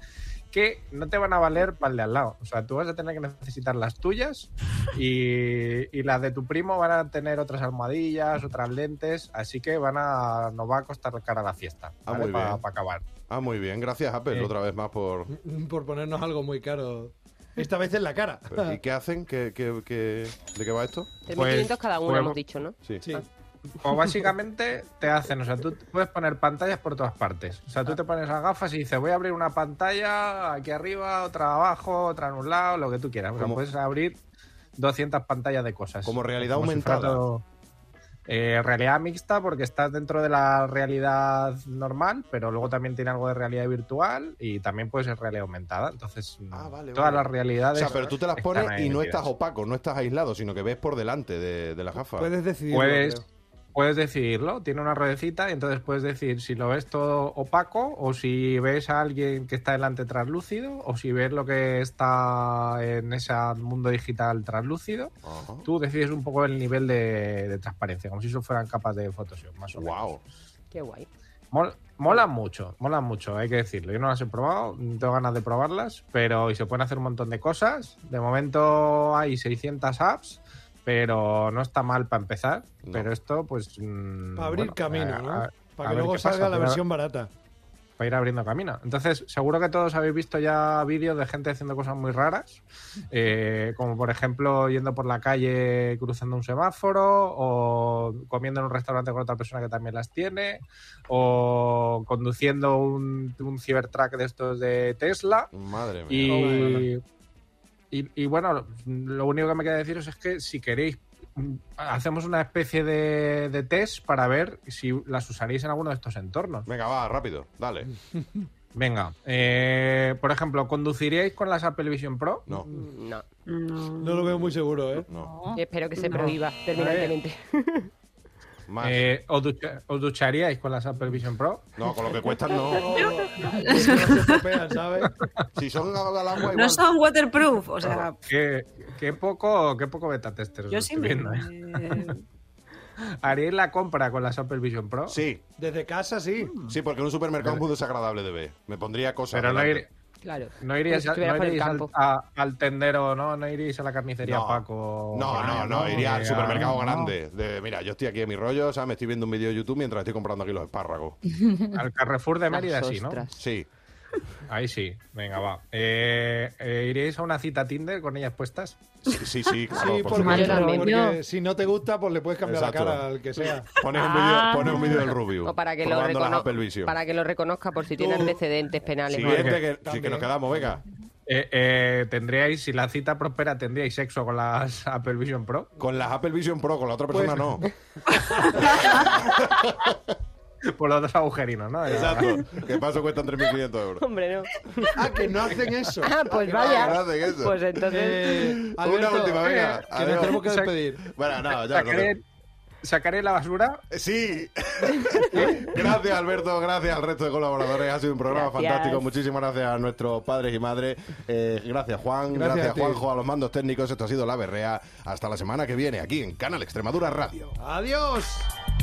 G: que no te van a valer para el de al lado. O sea, tú vas a tener que necesitar las tuyas y, y las de tu primo van a tener otras almohadillas, otras lentes, así que van a, nos va a costar cara la fiesta
C: Ah,
G: ¿vale?
C: muy
G: para
C: bien.
G: acabar.
C: Ah, muy bien. Gracias, Apple,
G: Eh.
C: otra vez más por.
B: *laughs*
G: *laughs*
B: Por ponernos algo muy caro. Esta vez en la cara.
C: Pero, ah. ¿Y qué hacen? ¿Qué, qué, qué- de qué va esto?
D: 3.500 cada uno,
G: pues-
D: hemos dicho, ¿no?
C: Sí.
G: O básicamente te hacen, o sea, tú puedes poner pantallas por todas partes. O sea, tú te pones las gafas y dices, voy a abrir una pantalla aquí arriba, otra abajo, otra en un lado, lo que tú quieras. O sea,
C: Como-
G: puedes abrir 200 pantallas de cosas.
C: Como realidad
G: si
C: aumentada.
G: fuera todo, eh, realidad mixta porque estás dentro de la realidad normal, pero luego también tiene algo de realidad virtual y también puede ser realidad aumentada. Entonces, todas las
C: Ah, O
G: realidades...
C: sea, pero tú te las
G: están
C: pones
G: ahí
C: y no
G: metidas.
C: estás opaco, no estás aislado, sino que ves por delante de, de la gafa.
B: Puedes decidir.
G: Puedes, puedes decidirlo. Tiene una ruedecita y entonces puedes decir si lo ves todo opaco o si ves a alguien que está delante translúcido o si ves lo que está en ese mundo digital translúcido. Tú decides un poco el nivel de, de transparencia, como si eso fueran capas de Photoshop, más o menos.
C: Wow.
D: Qué guay.
G: Mol- molan mucho, molan mucho, hay que decirlo. Yo no las he probado, no tengo ganas de probarlas, pero y se pueden hacer un montón de cosas. De momento hay 600 apps, pero no está mal para empezar. Pero esto, pues. eh,
B: Para abrir camino, ¿no? Para que luego salga la versión barata.
G: Para ir abriendo camino. Entonces, seguro que todos habéis visto ya vídeos de gente haciendo cosas muy raras, eh, como por ejemplo yendo por la calle cruzando un semáforo, o comiendo en un restaurante con otra persona que también las tiene, o conduciendo un, un cibertrack de estos de Tesla.
C: Madre mía.
G: Y, y, y bueno, lo único que me queda deciros es que si queréis, mm, hacemos una especie de, de test para ver si las usaréis en alguno de estos entornos.
C: Venga, va, rápido, dale.
G: Mm. Venga, eh, por ejemplo, ¿conduciríais con las Apple Vision Pro?
C: No.
D: No.
B: No lo veo muy seguro, ¿eh?
C: No.
D: Yo espero que se
G: No.
D: prohíba terminantemente.
G: Eh, ¿os, ducha- os ducharíais con las Apple Vision Pro?
C: No, con lo que cuestan no.
B: ¿sabes?
C: Si son al al agua, igual.
H: No son waterproof, o sea,
G: Qué, qué poco, qué poco beta tester.
H: yo sí me.
G: ¿Haríais la compra con las Apple Vision Pro?
C: Sí,
B: Desde casa sí.
C: sí, porque en un supermercado es muy desagradable de ver. Me pondría cosas.
G: Pero no,
C: delante.
G: ir-
D: Claro.
G: no iríais,
D: Como si
G: a-
D: estuvieras
G: no
D: por el
G: iríais al,
D: campo.
G: a- al tendero, ¿no? No iríais a la carnicería
C: No.
G: Paco. Ah, Eh,
C: No, no,
G: Vale,
C: no, iría al
G: Mira,
C: supermercado
G: no.
C: grande. De, mira, yo estoy aquí en mi rollo, o sea, me estoy viendo un vídeo de YouTube mientras estoy comprando aquí los espárragos.
G: Al Carrefour de
D: Las
G: Mérida, sí, ¿no?
D: ostras.
C: Sí.
G: Ahí sí, venga, va. Eh, eh, ¿Iríais a una cita Tinder con ellas puestas?
C: Sí, sí, sí, claro,
B: Sí,
C: por
B: porque,
C: supuesto.
B: porque si no te gusta, pues le puedes cambiar
C: Exacto.
B: la cara al que *laughs* sea.
C: Pones un vídeo,
B: Ah.
C: pones un vídeo del Rubio.
D: O para que, lo
C: probando las
D: recono-
C: Apple Vision.
D: para que lo reconozca por si tiene antecedentes penales.
C: Siguiente,
G: Porque-
C: que, sí, que nos quedamos, venga.
G: Eh, eh, tendríais, si la cita prospera, tendríais sexo con las *laughs* Apple Vision Pro.
B: *laughs*
C: Con las Apple Vision Pro, con la otra
B: Pues-
C: persona no.
G: por los dos agujerinos, ¿no?
C: Exacto. ¿Qué paso cuestan 3.500 euros?
D: *laughs* Hombre, no.
B: Ah, que no hacen eso.
D: Ah, pues
B: que no
D: vaya.
C: hacen eso.
D: Pues entonces.
B: Eh,
C: Una última, venga.
B: que nos tenemos que despedir.
C: Bueno, no, ya.
G: ¿Sacaré, sacaré la basura?
C: Sí. *laughs* Gracias, Alberto. Gracias al resto de colaboradores. Ha sido un programa
D: Gracias.
C: fantástico. Muchísimas gracias a nuestros padres y madres. Eh, gracias, Juan.
B: Gracias
C: Gracias,
B: a ti.
C: Juanjo, a los mandos técnicos. Esto ha sido La Berrea. Hasta la semana que viene, aquí en Canal Extremadura Radio.
B: Adiós.